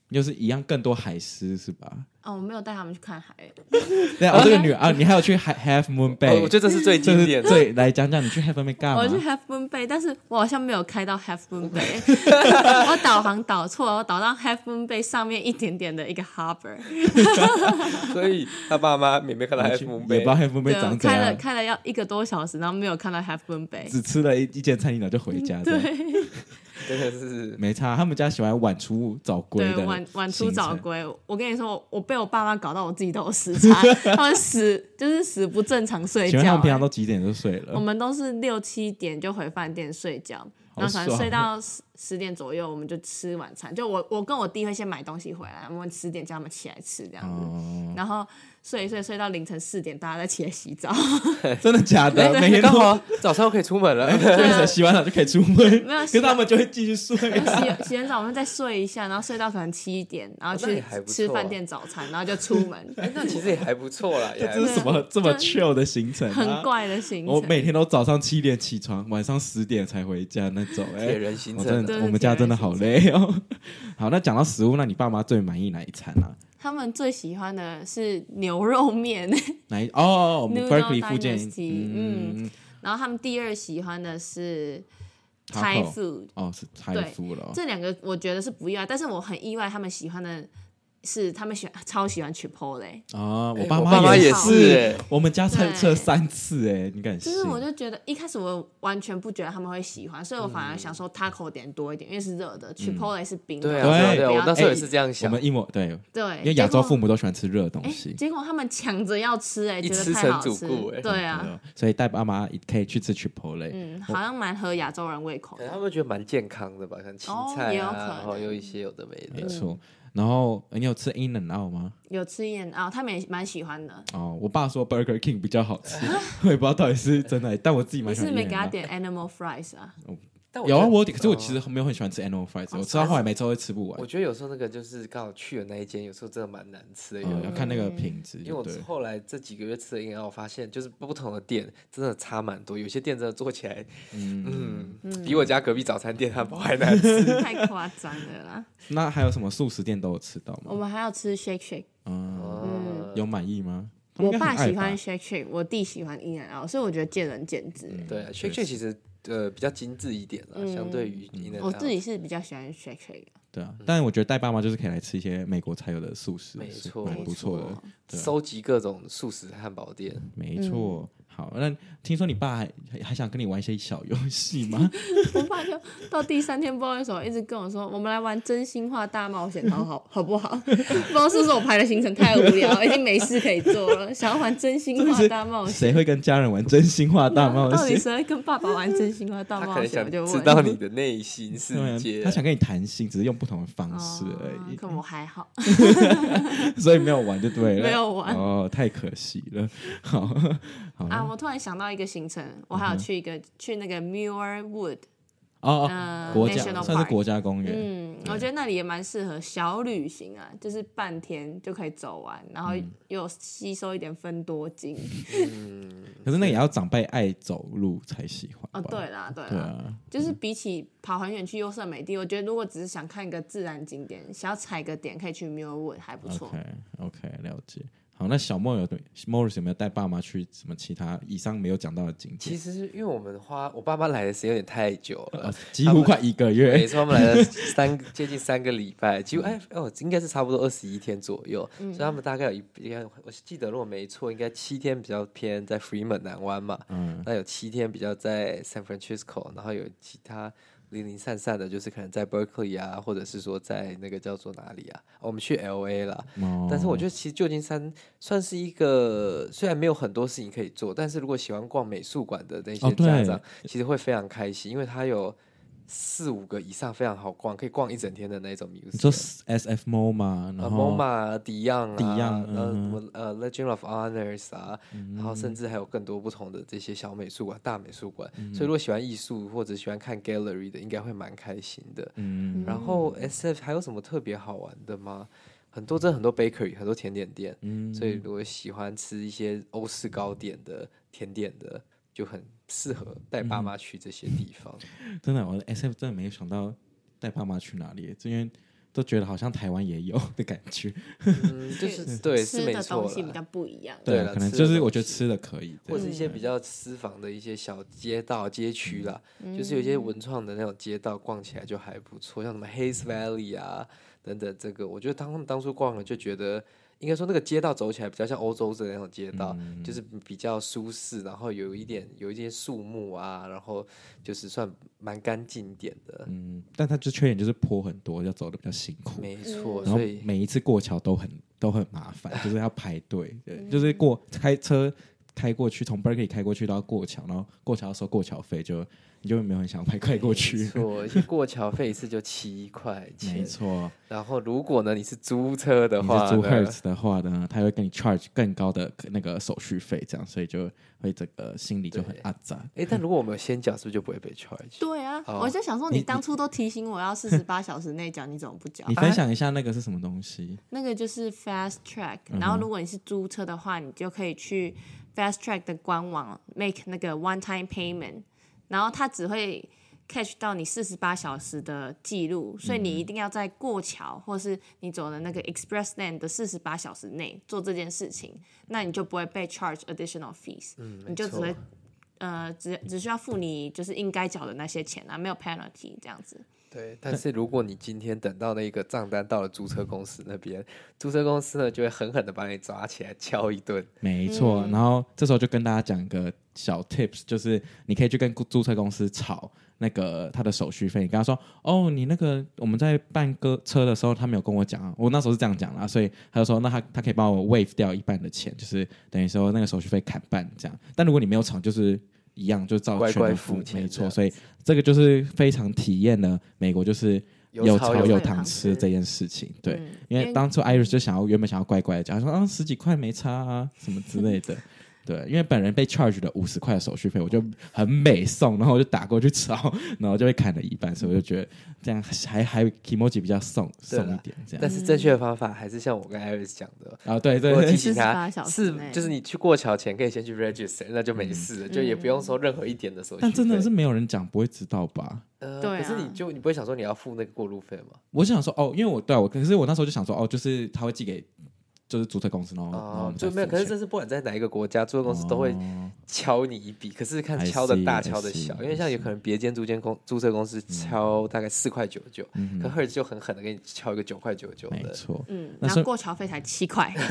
又是一样，更多海狮是吧？” 哦，我没有带他们去看海，对啊，哦这个女啊，你还有去海 Half Moon 哦 Bay，、我觉得这是最这经典是的。最来讲讲你去 Half Moon Bay 干我去嘛？ Half Moon Bay，但是我好像没有开到 Half Moon Bay，我 导航导错了，我导到 Half Moon Bay 上面一点点的一个 harbor， 所以他爸妈也没看到我 F 去也墓不碑知道，Half Moon 对 Bay，长怎开了样，开了要一个多小时，然后没有看到 Half Moon Bay，只吃了一一间餐饮，然后就回家。这样对真 的是没差，他们家喜欢晚出早归对，的，晚晚出早。归。我跟你说，我我被我爸妈搞到我自己都有时差， 他们死就是死不正常睡请问他觉们平常欸。都几点就睡我了？们都是六七点就回饭店睡觉，好然后可能爽啊睡到十十点左右，我们就吃晚餐。就我我跟我弟会先买东西回来，我们十点叫他们起来吃这样子，哦，然后睡一睡睡到凌晨四点，大家再起来洗澡。 真的假的？呃每天都刚好早上可以 出门了。睡醒洗完 澡就可以出门，啊没有可是他们就会继续睡。洗洗完澡我们再睡一下，然后睡到可能七点，然后那去也还不错吃饭啊店早餐，然后就出门， 哎那其实也还不错啦，也 还这不是错什么这么 chill 的行程？啊很。怪的行程。我每天都早上七点起床，晚上十点才回家那种。哎，铁人行我程真啊。的，对我们家真的好累哦。 好，那讲到食物，那你爸妈最满意哪一餐啊？他们最喜欢的是牛肉面， 哪一哦，我们 Noodle Berkeley 附近， Dynasty，嗯，然后他们第二喜欢的是 Taco Thai food。哦是对财富了哦，这两个我觉得是不意外，但是我很意外，他们喜欢的是他们喜欢超喜欢 Chipotle，啊，我哎爸我爸妈妈也也是哎我们家菜测对三次哎，你敢信？就是我就觉得一开始我完全不觉得他们会喜欢，所以我反而想说 taco 点多一点，因为是嗯热的，Chipotle 是冰的，对啊，对对啊，对啊不我要那时候哎也是这样我想。们一模对，对，因为亚洲父母母都喜欢吃热的东哎，西，结果他们抢着要吃，哎，一觉得吃太好成主吃顾哎，对啊，对哦所以带爸妈也可以去吃 Chipotle。嗯，好像蛮合亚洲人胃口可能的，他们觉得蛮健康的吧，像青哦菜也有可啊，能然后有一些有的没的。没错。然后呃你有吃 In and Out 吗？有吃燕啊，他们也蛮喜欢的。哦，我爸说 Burger King 比较好吃， 我也不知道到底是真的，但我自己你蛮喜是欢。没给他？点 animal fries 啊？ 但有啊，觉得我有点可是我其实没有很喜欢吃 Animal Fries，哦我吃到后来每次都会吃不完我，觉得有时候那个就是刚好去的那一间，有时候真的蛮难吃的。有嗯，要看那个品质因为就我对了。后来这几个月吃的饮料，我发现就是不同的店真的差蛮多，有些店真的做起来，嗯，比我家隔壁早餐店汉堡还难吃。太夸张了啦！那还有什么素食店都有吃到我吗？们还要吃 shake shake，嗯，哦有满意吗？他们哦我应该爸很爱喜吧欢 shake shake，我弟喜欢 in and out，所以我觉得见仁见智。对啊确，shake 实 shake 其实呃比较精致一点啊，相对啊于你那我自己是比较喜欢 shake shake 的，对啊，但我觉得带爸妈就是可以来吃一些美国才有的素食，没是错蛮没不错的。对啊收集各种素食汉堡店，没错，嗯好，那听说你爸还还还想跟你玩一些小游戏吗？我爸就到第三天不知道为什么一直跟我说，我们来玩真心话大冒险，好好 好不好？不知道是不是我排的行程太无聊，已经没事可以做了，想要玩真心话大冒险。谁会跟家人玩真心话大冒 到底险？谁会跟爸爸玩真心话大他可冒能险？想我就问。知道你的内心世对啊界。他想跟你谈心，只是用不同的方式而 哦已，可我还好。所以没有玩就对了，没有玩哦，太可惜了。 好，好啊，我突然想到一个行程，我还有去一嗯个、去那个 Muir Wood，哦哦，呃国家 National 算是 Park 国家公园，嗯，我觉得那里也蛮适合小旅行啊，就是半天就可以走完，然后嗯又吸收一点分多精。可是那也要长辈爱走路才喜哦，欢吧？对啦，对啦，对啊，就是比起跑很远去优胜美地，我觉得如果只是想看一个自然景点，想要踩个点，可以去 Muir Wood 还不错。 OK OK，了解。好，那小莫有对 Morris 有没有带爸妈去什么其他以上没有讲到的景其点？实因为我们花我爸妈来的时间有点太久了呃，，几乎快一个没月。 错，他们来了三接近三个礼拜，几乎哎哦，应该是差不多二十一天左右，所以他们大概有一应该我记得如果没错，应该七天比较偏在 Fremont 南湾嘛，嗯，那有七天比较在 San Francisco，然后有其他零零散散的，就是可能在 Berkeley 啊，或者是说在那个叫做哪里啊，哦我们去 L A 啦。哦但是我觉得其实旧金山算是一个，虽然没有很多事情可以做，但是如果喜欢逛美术馆的那哦些对家长，其实会非常开心，因为它有四五个以上非常好逛，可以逛一整天的那种你说 museum。 S- SF MO 嘛，啊然后，MoMA、Dion 啊， Dion，嗯哼然后嗯什么呃 Legend of Honors 啊，然后甚至还有更多不同的这些小美术馆、大美术馆，嗯所以如果喜欢艺术或者喜欢看 gallery 的，应该会蛮开心的。嗯，然后 SF 还有什么特别好玩的吗？很多真的很多 bakery 很多甜点店，嗯所以如果喜欢吃一些欧式糕点的甜点的，就很适合带爸妈去这些地方。真的，我的 SF 真的没有想到带爸妈去哪里，因为都觉得好像台湾也有的感觉。嗯，就是对，是吃没的东错西比啦。较不一样。对啊啦可能吃的就是东我觉得西吃的可以，对或者一些比较私房的一些小街道、街区啦，嗯就是有一些文创的那种街道，逛起来就还不错，像什么 Hayes Valley 啊等等，这个我觉得当他们当初逛了就觉得，应该说那个街道走起来比较像欧洲的那种街道，就是比较舒适，然后有一点有一些树木啊，然后就是算蛮干净一点的，嗯，但它就缺点就是坡很多，要走的比较辛苦，没错，然后所以每一次过桥都很都很麻 烦，就是要排队，嗯对，就是过开车开过去，从 Berkeley 开过去到过桥，然后过桥要收过桥费，就你就没有很想排快过没去。错，而且过桥费一次就七块没钱，错，然后如果呢你是租车的你话是租呢 Hertz 的话呢，他会跟你 charge 更高的那个手续费，这样，所以就会这个心里就很对啊阿杂。诶，但如果我们有先缴，是不是就不会被 charge？对啊，哦我在想说，你你当初都提醒我要四十八小时内缴，你怎么不缴你？分享一下那个是什么东西？那个就是 Fast Track，然嗯后如果你是租车的话，你就可以去 Fast Track 的官网 make 那个 one time payment，然后它只会 catch 到你四十八小时的记录，所以嗯你一定要在过桥或是你走的那个 Express Lane 的四十八小时内做这件事情，那你就不会被 charge additional fees，、你就只嗯没会错呃只只需要付你就是应该缴的那些钱啊，没有 penalty 这样子。对，但是如果你今天等到那个账单到了租车公司那边，租车公司呢就会狠狠的把你抓起来敲一顿。没错，嗯然后这时候就跟大家讲个小 tips，就是你可以去跟租车公司吵那个他的手续费。你跟他说：“哦，你那个我们在办个车的时候，他没有跟我讲啊，我那时候是这样讲啦，所以他就说，那他他可以帮我 waive 掉一半的钱，就是等于说那个手续费砍半这样。但如果你没有吵，就是一样就照乖全乖额付付，钱没这错。样所以这个就是非常体验了美国就是有吵吵有有糖糖吃吃这件事情，对。嗯因为当初 Iris 就想要原本想要乖乖的讲，她说啊十几块没差啊什么之类的，对，因为本人被 charge 了五十块的手续费，我就很美送，然后我就打过去吵，然后就被砍了一半，所以我就觉得这样还还 emoji 比较送对啦送一点这样但。是正确的方法还是像我跟 Iris 讲的，啊，对对我提对，醒他48小时是内嗯就是你去过桥前可以先去 register，那就没事了，就也不用收任何一点的手嗯续费。但真的是没有人讲，不会知道吧？呃，对啊可是你就你不会想说你要付那个过路费吗？我想说哦，因为我对啊我，可是我那时候就想说哦，就是他会寄给就是注册公司，然后然后我哦，们就再没有。付可是钱这是不管在哪一个国家，租车公司都会哦敲你一笔，可是看 I 敲的 see, 大 I 敲的小 see,，嗯因为像有可能别间租间公租车公司敲大概四块九九，可 Hertz 就狠狠的给你敲一个九块九九没的，错，嗯，那然是后过桥费才七 块，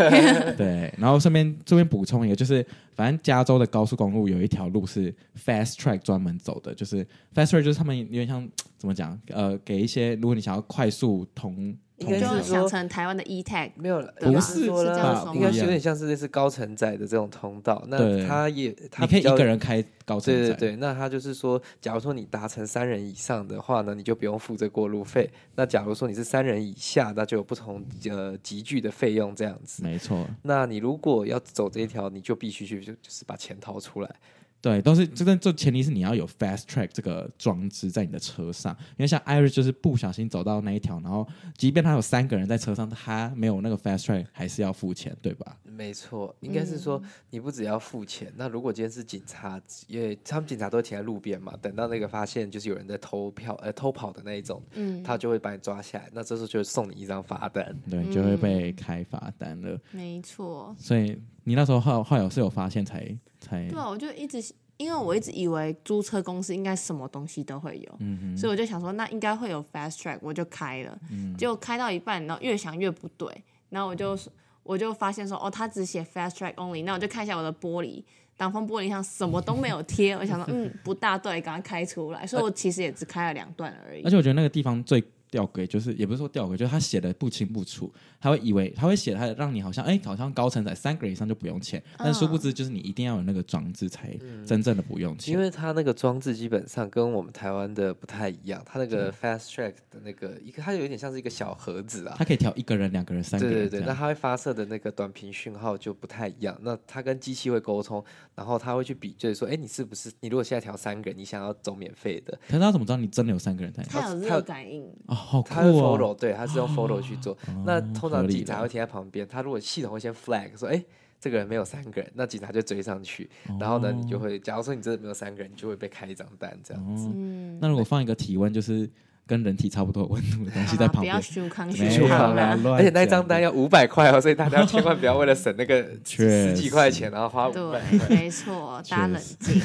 对，然后顺便这边补充一个，就是反正加州的高速公路有一条路是 Fast Track 专门走的，就是 Fast Track 就是他们有点像怎么讲，呃，给一些如果你想要快速同应同该你是就时说想成台湾的 E Tag 没有了，对吧不是说是这样啦说，应该吗是有点像是类似高承载的这种通道，对那它也它你可以比较一个。人开高速，对对对，那它就是说，假如说你达成三人以上的话呢，你就不用付这过路费。那假如说你是三人以下，那就有不同呃集聚的费用这样子。没错，那你如果要走这一条，你就必须去就就是把钱掏出来。对，都是这但这前提是你要有 Fast Track 这个装置在你的车上，因为像 Iris 就是不小心走到那一条，然后即便他有三个人在车上，他没有那个 Fast Track 还是要付钱，对吧？没错，应该是说你不只要付钱，那如果今天是警察，因为他们警察都会停在路边嘛，等到那个发现就是有人在偷票呃偷跑的那一种，嗯他就会把你抓下来，那这时候就送你一张罚单。对，你就会被开罚单了。没错，所以你那时候后后来有是有发现才才对啊，我就一直因为我一直以为租车公司应该什么东西都会有，嗯所以我就想说那应该会嗯有 fast track，我就开了，结果开到一半，然后越想越不对，然后我就我就发现说，哦，他只写 fast track only，那我就看一下我的玻璃，挡风玻璃上什么都没有贴，我想说，嗯，不大对，赶快开出来，所以我其实也只开了两段而已而。且我觉得那个地方最吊诡，就是也不是说吊诡，就是他写的不清不楚，他会以为他会写他让你好像哎、好像高承载三个人以上就不用钱，但殊不知就是你一定要有那个装置才嗯真正的不用钱。因为它那个装置基本上跟我们台湾的不太一样，它那个 fast track 的那个一个，它有点像是一个小盒子啊他。可以调一个人、两个人、三个对人对这对，那样。它会发射的那个短频讯号就不太一样。那它跟机器会沟通，然后它会去比，就是说，哎，你是不是你如果现在调三个人，你想要走免费的，可是他怎么知道你真的有三个人在那？他有 他热感应，哦，好酷它会哦！ follow，对，它是用 follow 去做。那通合常理警察了会停在旁边，他如果系统会先 flag 说，哎、这个人没有三个人，那警察就追上去，然后呢，你就会，假如说你真的没有三个人，你就会被开一张单这样哦子。嗯，那如果放一个体温就是跟人体差不多的温度的东西在啊好啦旁不要边，修康没去修有看康啦 啦，乱而且那一讲张单要五百块哦，所以大家千万不要为了省那个 确十几块钱，然后花五百。对， 没错，大家冷静。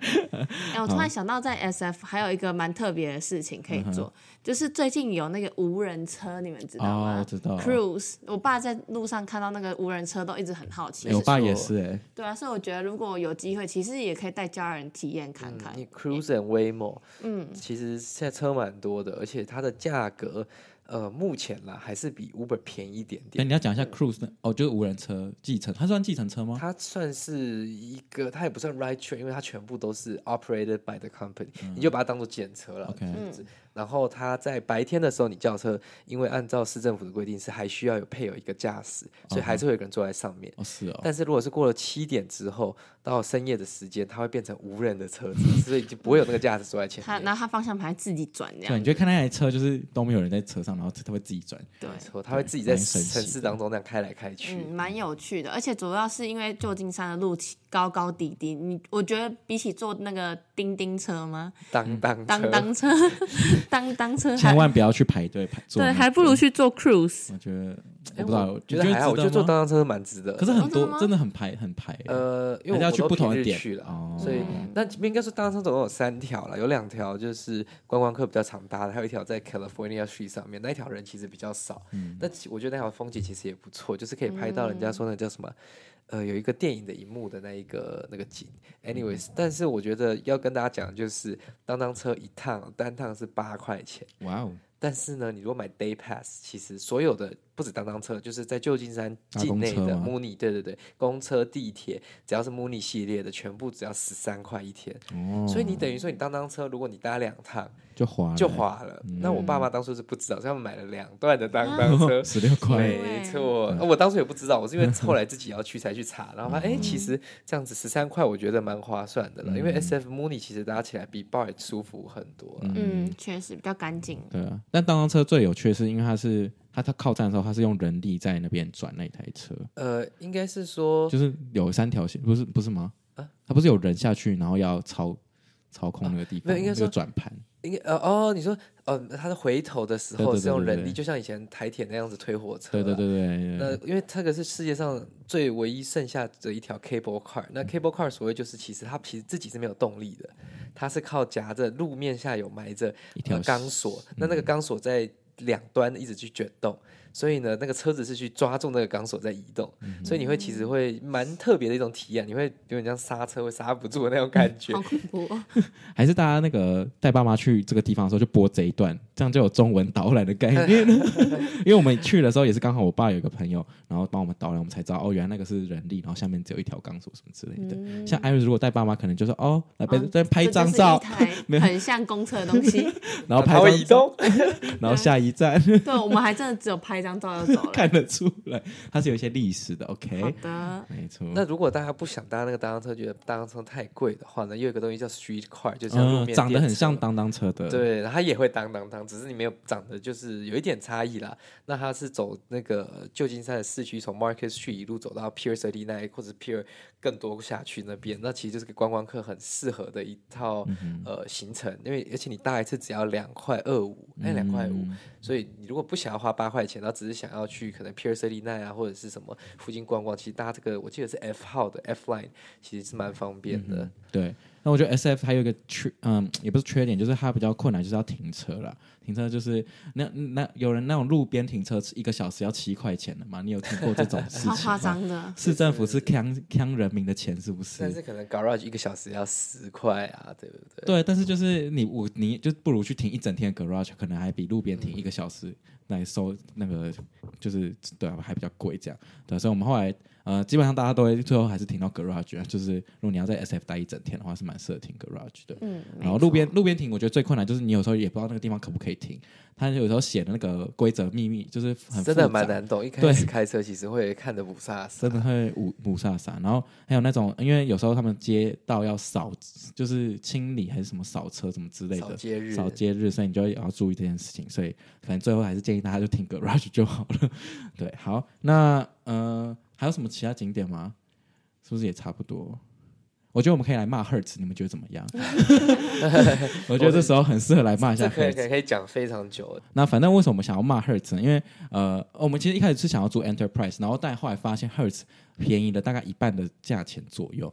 哎、我突然想到，在 SF 还有一个蛮特别的事情可以做，嗯就是最近有那个无人车，你们知道哦啊吗？我知道 Cruise，我爸在路上看到那个无人车，都一直很好奇。欸我爸错也是哎，对啊，所以我觉得如果有机会，其实也可以带家人体验看嗯看。嗯你 Cruise and Waymo，嗯，其实现在车蛮多的，而且它的价格，呃，目前啦还是比 Uber 便宜一点点哎，。你要讲一下 cruise 呢？哦，就是无人车计程，它算计程车吗？它算是一个，它也不算 ride share，因为它全部都是 operated by the company，、你就把它当做检车了。 OK 这样子然后它在白天的时候你叫车，因为按照市政府的规定是还需要有配有一个驾驶，所以还是会有一个人坐在上面。哦，是哦，但是如果是过了七点之后，到深夜的时间，它会变成无人的车子，所以就不会有那个驾驶坐在前他面。然后他方向盘自己转这对，啊样，你就会看那台车就是都没有人在车上，然后它会自己转。对，没错，它会自己在蛮神城奇的市当中这样开来开去。嗯，蛮有趣的。而且主要是因为旧金山的路高高低低，你我觉得比起坐那个叮叮车吗？嗯当当当车，当车， 当当车千还万不要去排队排坐那对，个，还不如去坐 cruise。我觉得我哎不知道，我你觉得还好，我值得觉得坐吗当当车蛮值得的。可是很哦真的多吗真的很排很排，欸呃，因还为是要我去都不同的平日点去了，哦所以嗯那应该说，当中总共有三条了，有两条就是观光客比较常搭的，还有一条在 California Street 上面，那一条人其实比较少。嗯但其我觉得那条风景其实也不错，就是可以拍到人嗯家说那叫什么。呃，有一个电影的一幕的那一个那个景，anyways，但嗯是我觉得要跟大家讲，就是当当车一趟单趟是八块钱，哇哦，但是呢，你如果买 day pass，其实所有的不止当当车，就是在旧金山搭境公内车的吗 Muni，对对对，公车、地铁，只要是 Muni 系列的，全部只要十三块一天。哦所以你等于说，你当当车，如果你搭两趟就滑了欸就花了。嗯那我爸妈当初是不知道，所以他们买了两段的当当车。 十六块，没错，呃我当初也不知道，我是因为后来自己要去才去查，然后发现哎，其实这样子十三块，我觉得蛮划算的了。因为嗯 S F Muni 其实搭起来比 Bar 舒服很多啦。嗯，确实比较干净。对啊。但当当车最有趣的是，因为它是它它靠站的时候，它是用人力在那边转那台车，呃，应该是说啊就是有三条线，不是不是吗？它不是有人下去，然后要操操控那个地方，没有应该那个说转盘，应该呃哦，你说呃，他的回头的时对候对是用对对人对力，就像以前台铁那样子推火车。对对。对对那对，因为这个是世界上最唯一剩下的一条 cable car。那嗯 cable car 所谓就是，其实它其实自己是没有动力的，它是靠夹着路面下有埋着一条嗯呃钢索，那那个钢索在两端一直去卷动，所以呢，那个车子是去抓住那个钢索在移动，嗯所以你会其实会蛮特别的一种体验，你会有点像刹车会刹不住的那种嗯感觉好。恐怖、 哦！还是大家那个带爸妈去这个地方的时候就播这一段，这样就有中文导览的概 念。因为我们去的时候也是刚好我爸有一个朋友，然后帮我们导览，我们才知道哦，原来那个是人力，然后下面只有一条钢索什么之类的。嗯像艾瑞如果带爸妈，可能就是哦来啊拍、哦再拍一张照，这 就是一台很像公厕的东西。然后它拍会张移照，动，然后下一站 对，我们还真的只有拍一张照就走了。看哎得出来，它是有一些历史的。OK，好的，没错。那如果大家不想搭那个搭当车，觉得搭当车太贵的话呢，又有一个东西叫 street car，就像路嗯，面电车、长得很像当当车的，，嗯对，它也会当当当，只是你没有长得就是有一点差异啦。那它是走那个旧金山的市区，从 Market Street 一路走到 Pier Thirty Nine 或者 Pier 更多下去那边，那其实就是给观光客很适合的一套、呃行程，因为而且你搭一次只要两块二五，哎两块五，所以你如果不想要花八块钱，然后只是想要去可能 Pier Thirty Nine 啊或者是什么嗯附近逛逛，其实搭这个我记得是 F 号的 F Line 其实是蛮方便的。对。那我觉得 SF 还有一个缺，嗯，也不是缺点，就是它比较困难，就是要停车了。停车就是那那有人那种路边停车一个小时要七块钱的嘛？你有听过这种事情超吗？夸张的，市政府是坑坑人民的钱，是不是？但是可能 garage 一个小时要十块啊，对不对？对，但是就是你我你就不如去停一整天的 garage，可能还比路边停一个小时来收那个就是对啊，还比较贵这样。对，啊所以我们后来呃，基本上大家都会最后还是停到 garage，啊就是如果你要在 SF 待一整天的话，是蛮适合停 garage 的。嗯，然后没错路边路边停，我觉得最困难就是你有时候也不知道那个地方可不可以停，他有时候写的那个规则秘密就是很真的复杂蛮难懂，一开对始开车其实会看的不飒飒，真的会五五煞煞，然后还有那种，因为有时候他们街道要扫，就是清理还是什么扫车什么之类扫的，街日扫街日，所以你就要注意这件事情。所以反正最后还是建议大家就停 garage 就好了。对，好，那呃还有什么其他景点吗？是不是也差不多？我觉得我们可以来骂 Hertz，你们觉得怎么 样？ 我觉得这时候很适合来骂一下这 Hertz。可以可以可以讲非常久。那反正为什么我们想要骂 Hertz 呢？因为呃，我们其实一开始是想要做 Enterprise，然后但后来发现 Hertz 便宜了大概一半的价钱左右。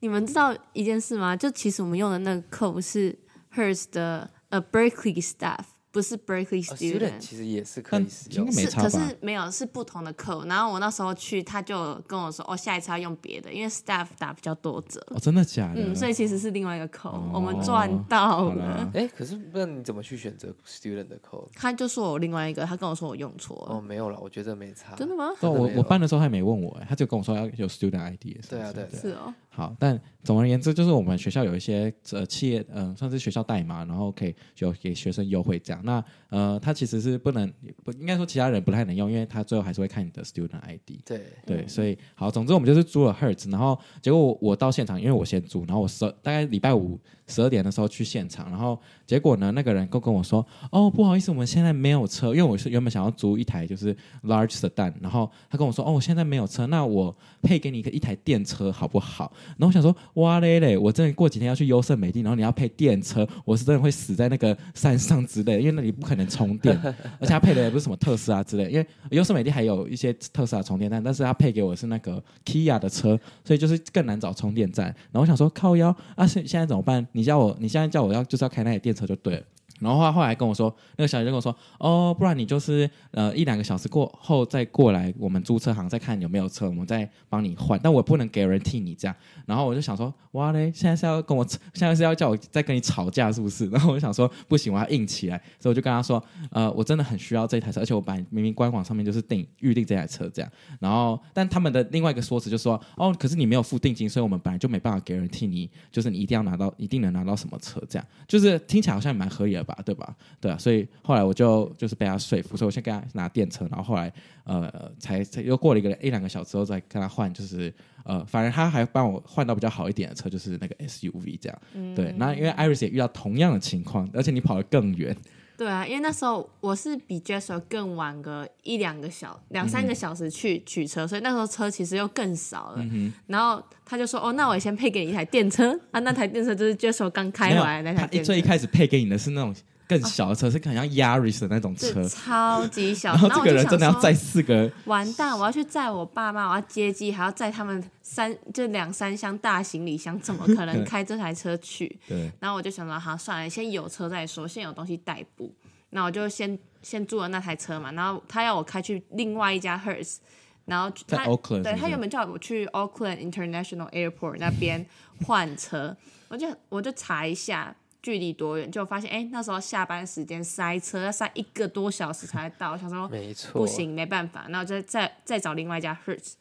你们知道一件事吗？就其实我们用的那个 code 是 Hers 的呃 Berkeley staff，不是 Berkeley 哦 student student。其实也是可以但使用应该没的，是，差可吧是没有，是不同的 code。然后我那时候去，他就跟我说，哦，下一次要用别的，因为 staff 打比较多折。哦，真的假的？嗯，所以其实是另外一个 code，、哦我们赚到好啦了。哎，可是那你怎么去选择 student 的 code？他就说我另外一个，他跟我说我用错了。哦，没有了，我觉得没差。真的吗？对哦我没有我办的时候他也没问我、哎他就跟我说要有 student ID 是不是。对啊对啊是哦，好，但总而言之，就是我们学校有一些呃企业，嗯、算是学校代码，然后可以有给学生优惠这样。那呃，它其实是不能不应该说其他人不太能用，因为他最后还是会看你的 student ID。对，对，所以好，总之我们就是租了 Hertz，然后结果我我到现场，因为我先租，然后我十大概礼拜五十二点的时候去现场，然后结果呢，那个人跟跟我说，哦，不好意思，我们现在没有车，因为我是原本想要租一台就是 large sedan，然后他跟我说，哦，我现在没有车，那我配给你一个一台电车好不好？然后我想说，哇嘞嘞，我真的过几天要去优胜美地，然后你要配电车，我是真的会死在那个山上之类的，因为那里不可能充电，而且它配的也不是什么特斯拉之类的，因为优胜美地还有一些特斯拉充电站，但是它配给我是那个 Kia 的车，所以就是更难找充电站。然后我想说靠腰啊，现现在怎么办？你叫我，你现在叫我要就是要开那台电车就对了。然后他后来跟我说，那个小姐就跟我说，哦，不然你就是呃一两个小时过后再过来，我们租车行再看有没有车，我们再帮你换。但我不能 guarantee 你这样。然后我就想说，哇嘞，现在是要跟我，现在是要叫我再跟你吵架是不是？ 然后我就想说，不行，我要硬起来。所以我就跟他说，呃，我真的很需要这台车，而且我把明明官网上面就是定预定这台车这样，然后但他们的另外一个说辞就是说，哦，可是你没有付定金，所以我们本来就没办法 guarantee 你，就是你一定要拿到，一定能拿到什么车这样，就是听起来好像也蛮合理的吧，对吧？对啊，所以后来我就就是被他说服，所以我先跟他拿电车，然后后来呃才才又过了一个一两个小时之后再跟他换，就是呃，反正他还帮我换到比较好一点的车，就是那个 SUV 这样，嗯对。那因为 Iris 也遇到同样的情况，而且你跑得更远，对啊，因为那时候我是比 Jessel 更晚个一两个小两三个小时去取车，所以那时候车其实又更少嗯了。然后他就说：“哦，那我先配给你一台电车 啊。”那台电车就是 Jessel 刚开嗯没回有，来的那他台电车最一，开始配给你的是那种更小的车，是很像 Yaris 的那种车这，哦超级小。然后这我个就人想真的要说载四个人，完蛋，我要去载我爸妈，我要接机，还要载他们三就两三箱大行李箱，怎么 可能开这台车去？对，然后我就想说，好，算了，先有车再说，先有东西代步。那我就先先租了那台车嘛，然后他要我开去另外一家 Hers，然后在他 Oakland 对是不他是原本叫我去 Auckland International Airport 那边换车，我就我就查一下距离多远，就发现哎、诶那时候下班时间塞车，要塞一个多小时才到，我想说没错，不，行，没办法，那我再再再找另外一家 Hertz，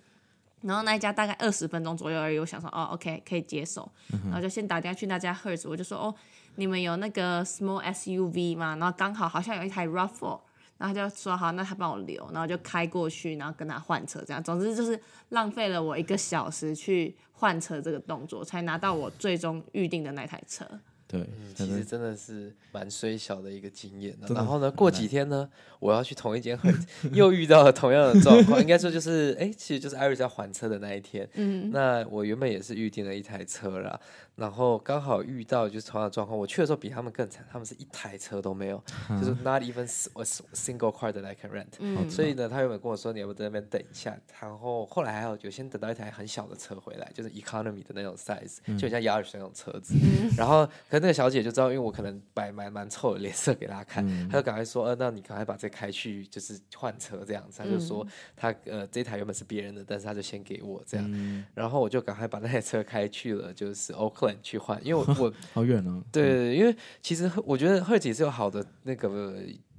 然后那一家大概二十分钟左右而已，我想说哦，OK 可以接受，然后就先打电话去那家 Hertz，我就说哦，你们有那个 small SUV 吗？然后刚好好像有一台 Raffle。然后他就说好，那他帮我留，然后就开过去，然后跟他换车，这样，总之就是浪费了我一个小时去换车这个动作，才拿到我最终预定的那台车。对，其真实的真的是蛮虽小的一个经验的。嗯真的然后呢，过几天呢，我要去同一间 Hertz，又遇到了同样的状况，应该说就是，哎，其实就是 Iris 要还车的那一天。嗯，那我原本也是预定了一台车啦，然后刚好遇到就是同样的状况，我去的时候比他们更惨，他们是一台车都没有，就是 not even s- a s- single car that I can rent。嗯所以呢，他原本跟我说你要不在那边等一下，然后后来还好，有先等到一台很小的车回来，就是 economy 的那种 size，、就很像 Yaris 那种车子。然后，可是那个小姐就知道，因为我可能摆蛮蛮臭的脸色给她看，她就赶快说，呃，那你赶快把这开去，就是换车这样子。她就说她呃这台原本是别人的，但是她就先给我这样，然后我就赶快把那台车开去了，就是 Oakland 去换，因为我我好远哦。对，因为其实我觉得 Hertz 也是有好的那个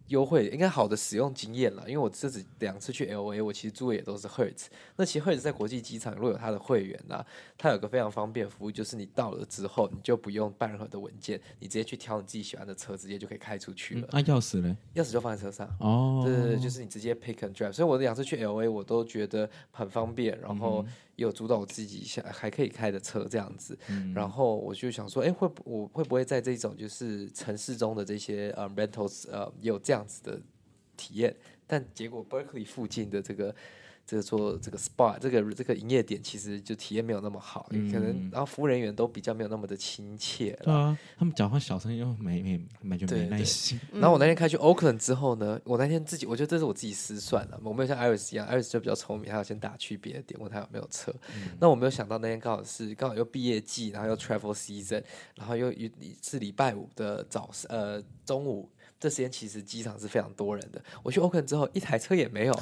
优惠，应该好的使用经验啦。因为我这次两次去 L A，我其实住的也都是 Hertz。那其实 Hertz 在国际机场如果有它的会员呐、它有个非常方便的服务，就是你到了之后，你就不用办任何的文件，你直接去挑你自己喜欢的车，直接就可以开出嗯去了，啊，钥匙嘞？钥匙就放在车上。哦，对对对，就是你直接 pick and drive。所以我两次去 L A，我都觉得很方便，然后也有租到我自己想还可以开的车这样子。然后我就想说，哎，会不我会不会在这种就是城市中的这些呃 rentals 呃有这样子的体验？但结果 Berkeley 附近的这个。这个做这个 SPA 这个这个营业点其实就体验没有那么好，可能然后服务人员都比较没有那么的亲切啦，对啊，他们讲话小声又没没完全没对耐对心。嗯然后我那天开去 Oakland 之后呢，我那天自己，我觉得这是我自己失算了，我没有像 Iris 一样，Iris 就比较聪明，他要先打去别的点，问他有没有车。嗯那我没有想到那天刚好是刚好又毕业季，然后又 travel season，然后又又是礼拜五的早上呃中午。这时间其实机场是非常多人的。我去 Oakland 之后，一台车也 没有。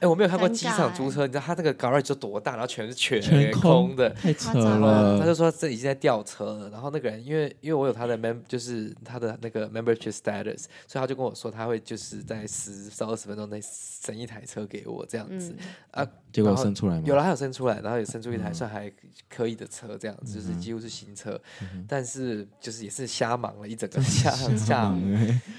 哎，我没有看过尴机尬场哎租车，你知道它那个 garage 有多大，然后全是全全空的，太扯夸张了。他就说这已经在吊车了。然后那个人，因为因为我有他的 mem，就是他的那个 membership status，所以他就跟我说他会就是在十到二十分钟内生一台车给我这样子、啊。结果然后生出来吗？有了，他有生出来，然后也生出一台算还可以的车，这样子、就是几乎是新车，但是就是也是瞎忙了一整个下下午。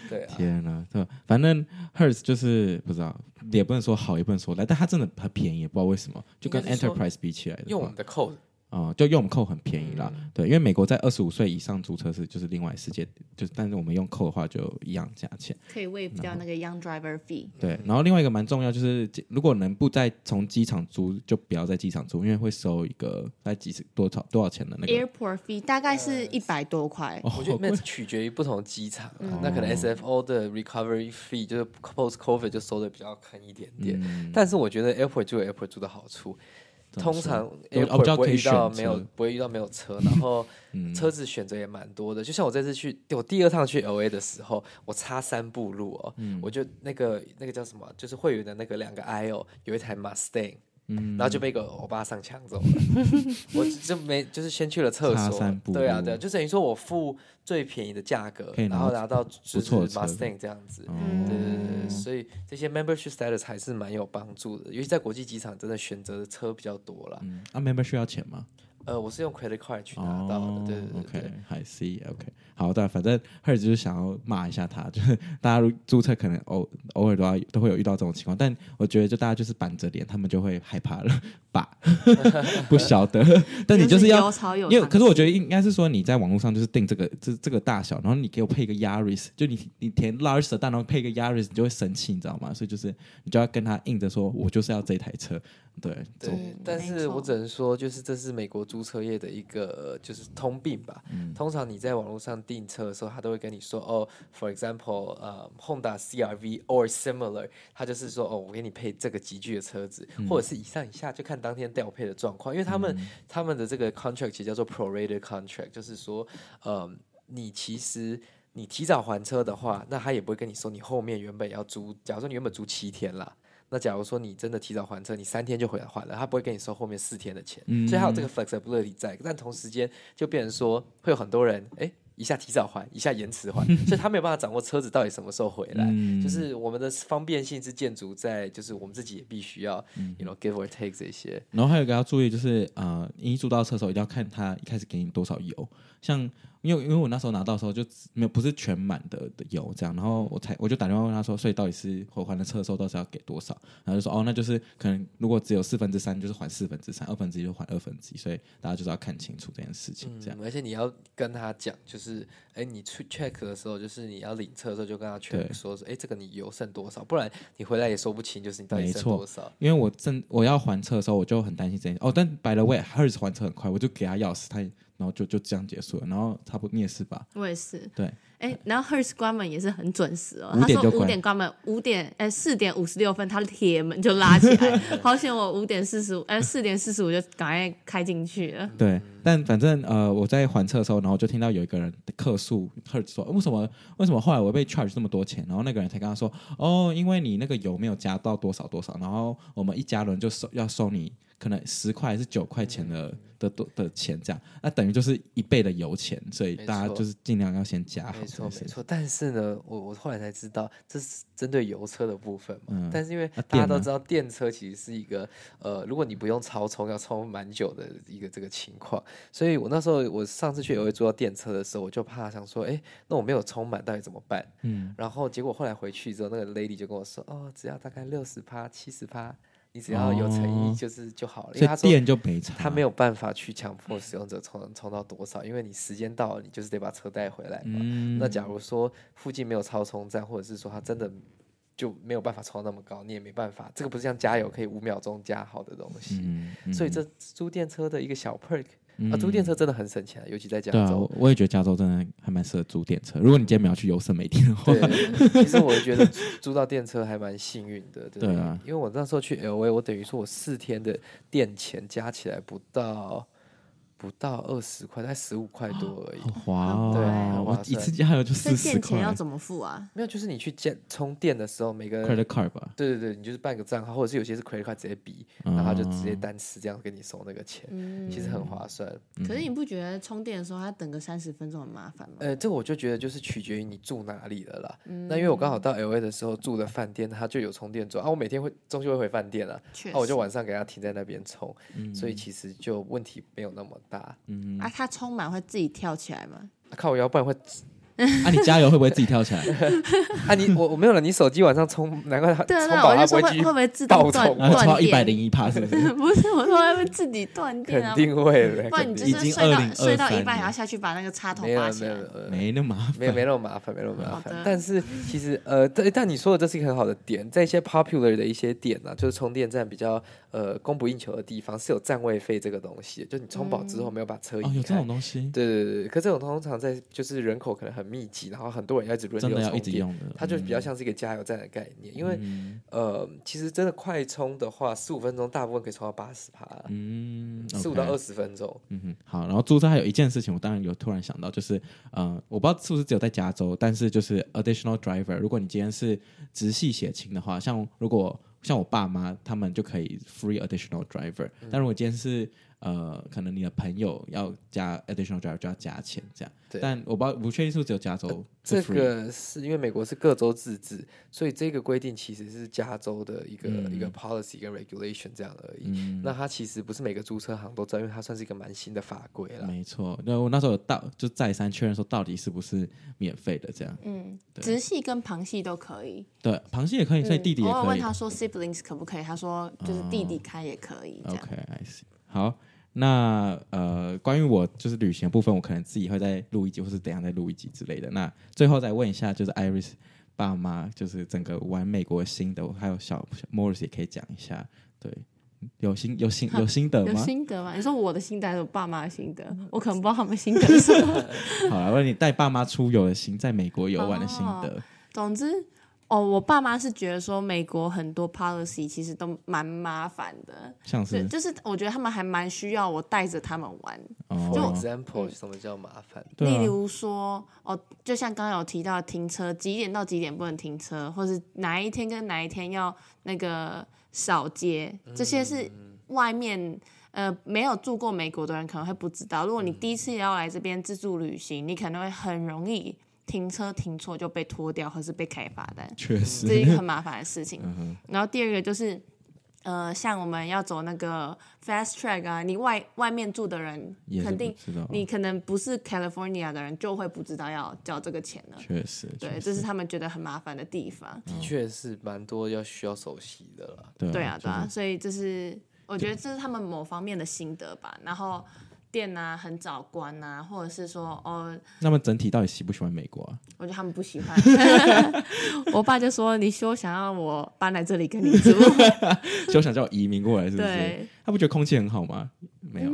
对啊，天呐，对，反正 Hertz 就是不知道，也不能说好，也不能说赖，但它真的很便宜，也不知道为什么，就跟应该是说 Enterprise 比起来的用嗯我话们，的 code 哦、就用我们扣很便宜啦。对，因为美国在二十五岁以上租车是就是另外世界，就是但是我们用扣的话就一样价钱。可以 waive 掉那个 Young Driver fee。嗯对，然后另外一个蛮重要就是，如果能不再从机场租，就不要在机场租，因为会收一个在几十多少多少钱的那个。 Airport fee 大概是一百多块，哦，我觉得好贵那取决于不同机场、啊，那可能哦 SFO 的 recovery fee 就是 post COVID 就收的比较坑一点点，但是我觉得 airport 就有 airport 住的好处。嗯么通常有哦比 airport 较不可会以遇到没有选择嗯不会遇到没有车，然后车子选择也蛮多的。就像我这次去，我第二趟去 L A 的时候，我差三步路哦，嗯我就那个那个叫什么，啊就是会员的那个两个 I 哦，有一台 Mustang，、然嗯后就被一个欧巴桑抢走了。 我就没就是先去了厕差所三，步对啊路对啊，就等于说我付最便宜的价格可以，拿然到后拿到就是错的车 Mustang 这样子。哦对对对，所以这些 membership status 还是蛮有帮助的，尤其在国际机场，真的选择的车比较多啦。嗯啊，member 需要钱吗？呃，我是用 credit card 去拿到的，对对对哦 OK，对。还 C OK，好的，反正 Her 就是想要骂一下他，就是大家如注册可能偶偶尔都要都会有遇到这种情况，但我觉得就大家就是板着脸，他们就会害怕了 吧？不晓 得，但你就是要有。吵有因为常可是我觉得应该是说你在网络上就是定这个这这个大小，然后你给我配一个 Yaris，就你你填 large 的大，然后配一个 Yaris，你就会生气，你知道吗？所以就是你就要跟他硬着说，我就是要这台车，对，对走，但嗯没是我错只能说，就是这是美国租车业的一个呃就是通病吧。通常你在网络上订车的时候，他都会跟你说，哦，for example，呃、Honda CRV or similar，他就是说，哦，我给你配这个级距的车子，或者是以上以下，就看当天调配的状况，因为他们、他们的这个 contract 其实叫做 prorated contract，就是说，嗯，你其实你提早还车的话，那他也不会跟你说你后面原本要租，假如说你原本租七天啦，那假如说你真的提早还车，你三天就回来还了，他不会跟你收后面四天的钱，嗯所以还有这个 flexibility 在，但同时间就变成说会有很多人哎。诶一下提早还，一下延迟还，所以他没有办法掌握车子到底什么时候回来。嗯就是我们的方便性是建筑在，就是我们自己也必须要、y 嗯 o u know give or take 这些。然后还有一个要注意就是，呃，你租到车的时候一定要看它一开始给你多少油，像因为因为我那时候拿到的时候就只没有不是全满的的油这样，然后我才我就打电话问他说，所以到底是我还的车的时候到底是要给多少？然后就说哦，那就是可能如果只有四分之三，就是还四分之三，二分之一就还二分之一，所以大家就是要看清楚这件事情这样。嗯，而且你要跟他讲，就是，哎，你去 check 的时候，就是你要领车的时候，就跟他对 check 说，哎，这个你油剩多少，不然你回来也说不清，就是你到底没剩错多少。因为我正我要还车的时候，我就很担心这件事。哦，但 by the way，Hertz 还车很快，我就给他钥匙，他也然然后就就这样结束了。然后差不多你也是吧？我也是。对，哎，然后 Hers 关门也是很准时哦， 5他点说就五关点关门，五点哎四点五十六分，他铁门就拉起 来，好险我五点四十五哎四点四十五就赶快开进去了。对，嗯但反正呃，我在还车的时候，然后就听到有一个人客诉 h e 说，为什么为什么后来我被 charge 这么多钱？然后那个人才跟他说，哦，因为你那个油没有加到多少多少，然后我们一家人就收要收你可能十块还是九块钱嗯的的多的钱这样，那等于就是一倍的油钱，所以没大家错就是尽量要先加好没这错件没事。错，但是呢，我我后来才知道这是针对油车的部分嘛。嗯但是因为那大家电都呢知道电车其实是一个呃，如果你不用超充，要充蛮久的一个这个情况。所以我那时候我上次去也会坐到电车的时候，我就怕想说，哎，那我没有充满到底怎么办？嗯，然后结果后来回去之后，那个 lady 就跟我说，哦，只要大概六十趴、七十趴，你只要有诚哦意就是就好了。所因为以他说电啊就没差，他没有办法去强迫使用者充充到多少，因为你时间到了，你就是得把车带回来嘛。嗯，那假如说附近没有超充站，或者是说它真的就没有办法充到那么高，你也没办法。这个不是像加油可以五秒钟加好的东西，嗯，嗯所以这租电车的一个小 perk、啊，嗯租电车真的很省钱、啊，尤其在加对啊，州我。我也觉得加州真的还蛮适合租电车。如果你今天没有去游森美店的 话，对，其实我觉得租租到电车还蛮幸运的，对对啊因为我那时候去 L A，我等于说我四天的电钱加起来不到不到二十块，才十五块多而已。好滑哦！对很划我一算次加油就所以四十电块钱要怎么付啊？没有，就是你去加充电的时候，每个，credit card 吧，对对对，你就是办个账号，或者是有些是 credit card 直接比，嗯然后他就直接单次这样给你收那个钱，嗯，其实很划算。嗯可是你不觉得充电的时候它等个三十分钟很麻烦嗯吗？呃，这个我就觉得就是取决于你住哪里了啦。嗯那因为我刚好到 L A 的时候住的饭店，它就有充电桩啊，我每天会终究会回饭店啊，哦确啊我就实晚上给它停在那边充，所以其实就问题没有那么大。啊、嗯，啊，它充满会自己跳起来吗？靠我腰，不然会啊，你加油会不会自己跳 起来？啊你我我没有了，你手机晚上充，难怪它对啊充那我饱它就说不会会继续会不会自动爆断充然后断啊超一百电？零一趴是不是？ 不是，我说会不会自己断电啊肯？定会的，不然你肯就定是已经睡到2023睡到一半还年要下去把那个插头没有拔没起有来。呃没那么麻没有烦，没那么麻烦，没那么麻好的烦。但是其实呃，但但你说的这是一个很好的点，在一些 popular 的一些点啊，就是充电站比较呃供不应求的地方，是有占位费这个东西的，就你充饱之嗯后没有把车哦，移有这开。种东西，对对对对，可这种通常在就是人口可能很密集，然后很多人要一直轮真流的要充一直电，用的，它就比较嗯像是一个加油站的概念。因为呃，其实真的快充的话，十五分钟大部分可以充到八十趴，嗯，十五到 OK 二十分钟。嗯哼，好。然后租车还有一件事情，我当然有突然想到，就是呃，我不知道是不是只有在加州，但是就是 additional driver，如果你今天是直系血亲的话，像如果像我爸妈他们就可以 free additional driver，、但如果今天是呃，可能你的朋友要加 additional driver 就要加钱这样。对呃但我不知道，不确定是不是只有加州这是 free，个是因为美国是各州自治，所以这个规定其实是加州的一个、一嗯个 policy 跟 regulation 这样而已。那它其实不是每个租车行都知道，因为它算是一个蛮新的法规啦。没错。那我那时候有到就再三确认说到底是不是免费的这样。嗯，直系跟旁系都可以。对，螃蟹也可以，所以弟弟也我可以。哦有嗯哦问他说 siblings 可不可以，他说就是弟弟开也可以这样。 OK，I、see。好，那呃，关于我就是旅行的部分，我可能自己会再录一集，或是等一下再录一集之类的。那最后再问一下，就是 Iris 爸妈，就是整个玩美国心得，还有小 Morris 也可以讲一下。对，有心有心有心得有吗？心得吗？你说我的心得还是我爸妈的心得？ 我可能不知道他们心得是什么。 好了，问你带爸妈出游的心，在美国游玩的心得。总之，哦，我爸妈是觉得说美国很多 policy 其实都蛮麻烦的，像对，是就是我觉得他们还蛮需要我带着他们玩。 For 哦， example，、什么叫麻烦？对例啊，如说，哦，就像刚刚有提到停车几点到几点不能停车，或是哪一天跟哪一天要那个扫街，这些是嗯外面呃没有住过美国的人可能会不知道。如果你第一次要来这边自助旅行，你可能会很容易停车停错就被拖掉，或是被开罚单。确实嗯这是一个很麻烦的事情。然后第二个就是，呃，像我们要走那个 fast track 啊，你外外面住的人也是肯不定，知道，你可能不是 California 的人，就会不知道要交这个钱了。确实对，确这实是他们觉得很麻烦的地方。的确是蛮多要需要熟悉的啊啦。对对啊，对啊就，是所以这是我觉得这是他们某方面的心得吧。然后店啊很早关啊，或者是说哦，那么整体到底喜不喜欢美国啊？我觉得他们不 喜欢。我爸就说：“你休想让我搬来这里跟 你住。”就想叫我移民过来，是不是？对，嗯他不觉得空气很好吗？没有，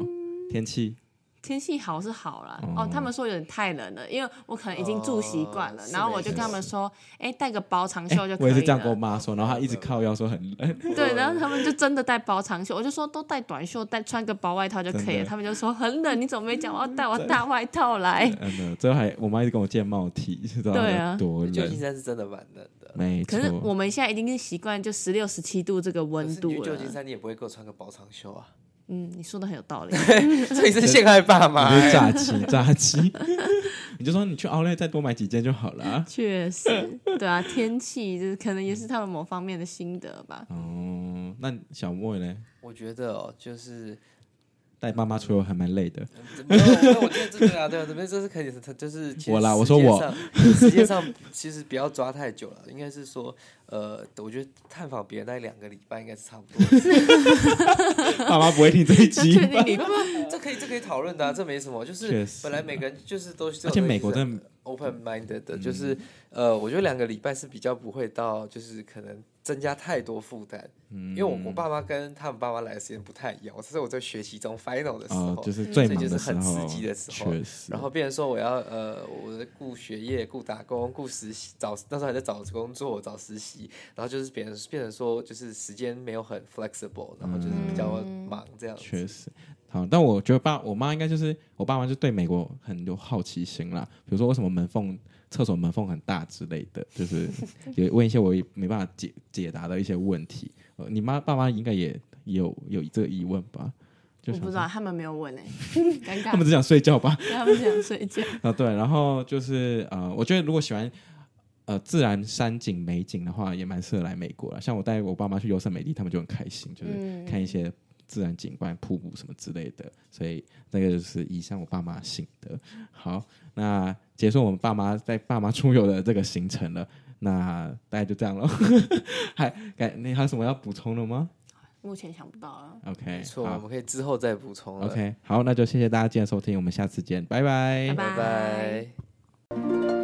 天气天气好是好啦，哦哦，他们说有点太冷了，因为我可能已经住习惯了哦，然后我是就没跟他们说，哎，带个薄长哎袖就我可也是以这样跟我了。妈说，然后她一直嗯靠腰说很呃冷， 对，然后他们就真的带薄长袖，我就说都带短袖，带穿个薄外套就可以真的了。他们就说很冷，你怎么没讲我要带我大外套来？嗯的，最后还我妈一直跟我借帽 T，知道对啊有多旧金冷，山是真的蛮冷 的。没错可是。我们现在已经是习惯就十六、十七度这个温可是你度去旧了。啊金山，你也不会给我穿个薄长袖啊， 嗯，你说的很有 道理。所以是陷害爸妈、你就炸欸。鸡，炸 鸡！你就说你去奥莱再多买几件就好了啊、确实，对啊，天气这可能也是他们某方面的心得吧。哦，那小莫呢？我觉得哦，就是带爸妈出游还蛮累 的， 没有，没有我觉得这个啊，对啊，这边这是可以，他就是其实我啦我时说间我上，时间上其实不要抓太久了，应该是说，呃，我觉得探访别人那两个礼拜应该是差不多的。爸妈不会听这一就集 确。定你这可以，这可以讨论的、啊，这没什么，就确是实本来每个人就是都是，而且美国真的嗯 open minded 的，就是呃，我觉得两个礼拜是比较不会到，就是可能增加太多负担，嗯因为我我爸妈跟他们爸妈来的时间不太一样，这是我在学习中 final 的时候，哦，就是最这忙就是的时很候，刺激的时候确实。然后变成说我要呃，我顾学业、顾打工、顾实习，找那时候还在找工作、找实习，然后就是别人变成说就是时间没有很 flexible，然后就是比较忙这样嗯子。确实，好，但我觉得爸我妈应该就是我爸妈就对美国很有好奇心啦，比如说为什么门缝厕所门缝很大之类的，就是 有问一些我也没办法解解答的一些问题。呃你妈爸妈应该也有有这个疑问吧？就我想不知说道，他们没有问 哎、尴尬。他们只想睡觉吧？他们想睡觉。啊，对，然后就是呃，我觉得如果喜欢呃自然山景美景的话，也蛮适合来美国了。像我带我爸妈去优胜美地，他们就很开心，嗯就是看一些自然景观、瀑布什么之类的。所以那个就是以上我爸妈的心得。好，那结束我们爸妈在爸妈出游的这个行程了。那大概就这样了， 还感你还有什么要补充的吗目前想不到啊， ？OK，没错，我好们可以之后再补充了。 ，OK，好，那就谢谢大家今天的收听，我们下次见，拜拜拜拜拜。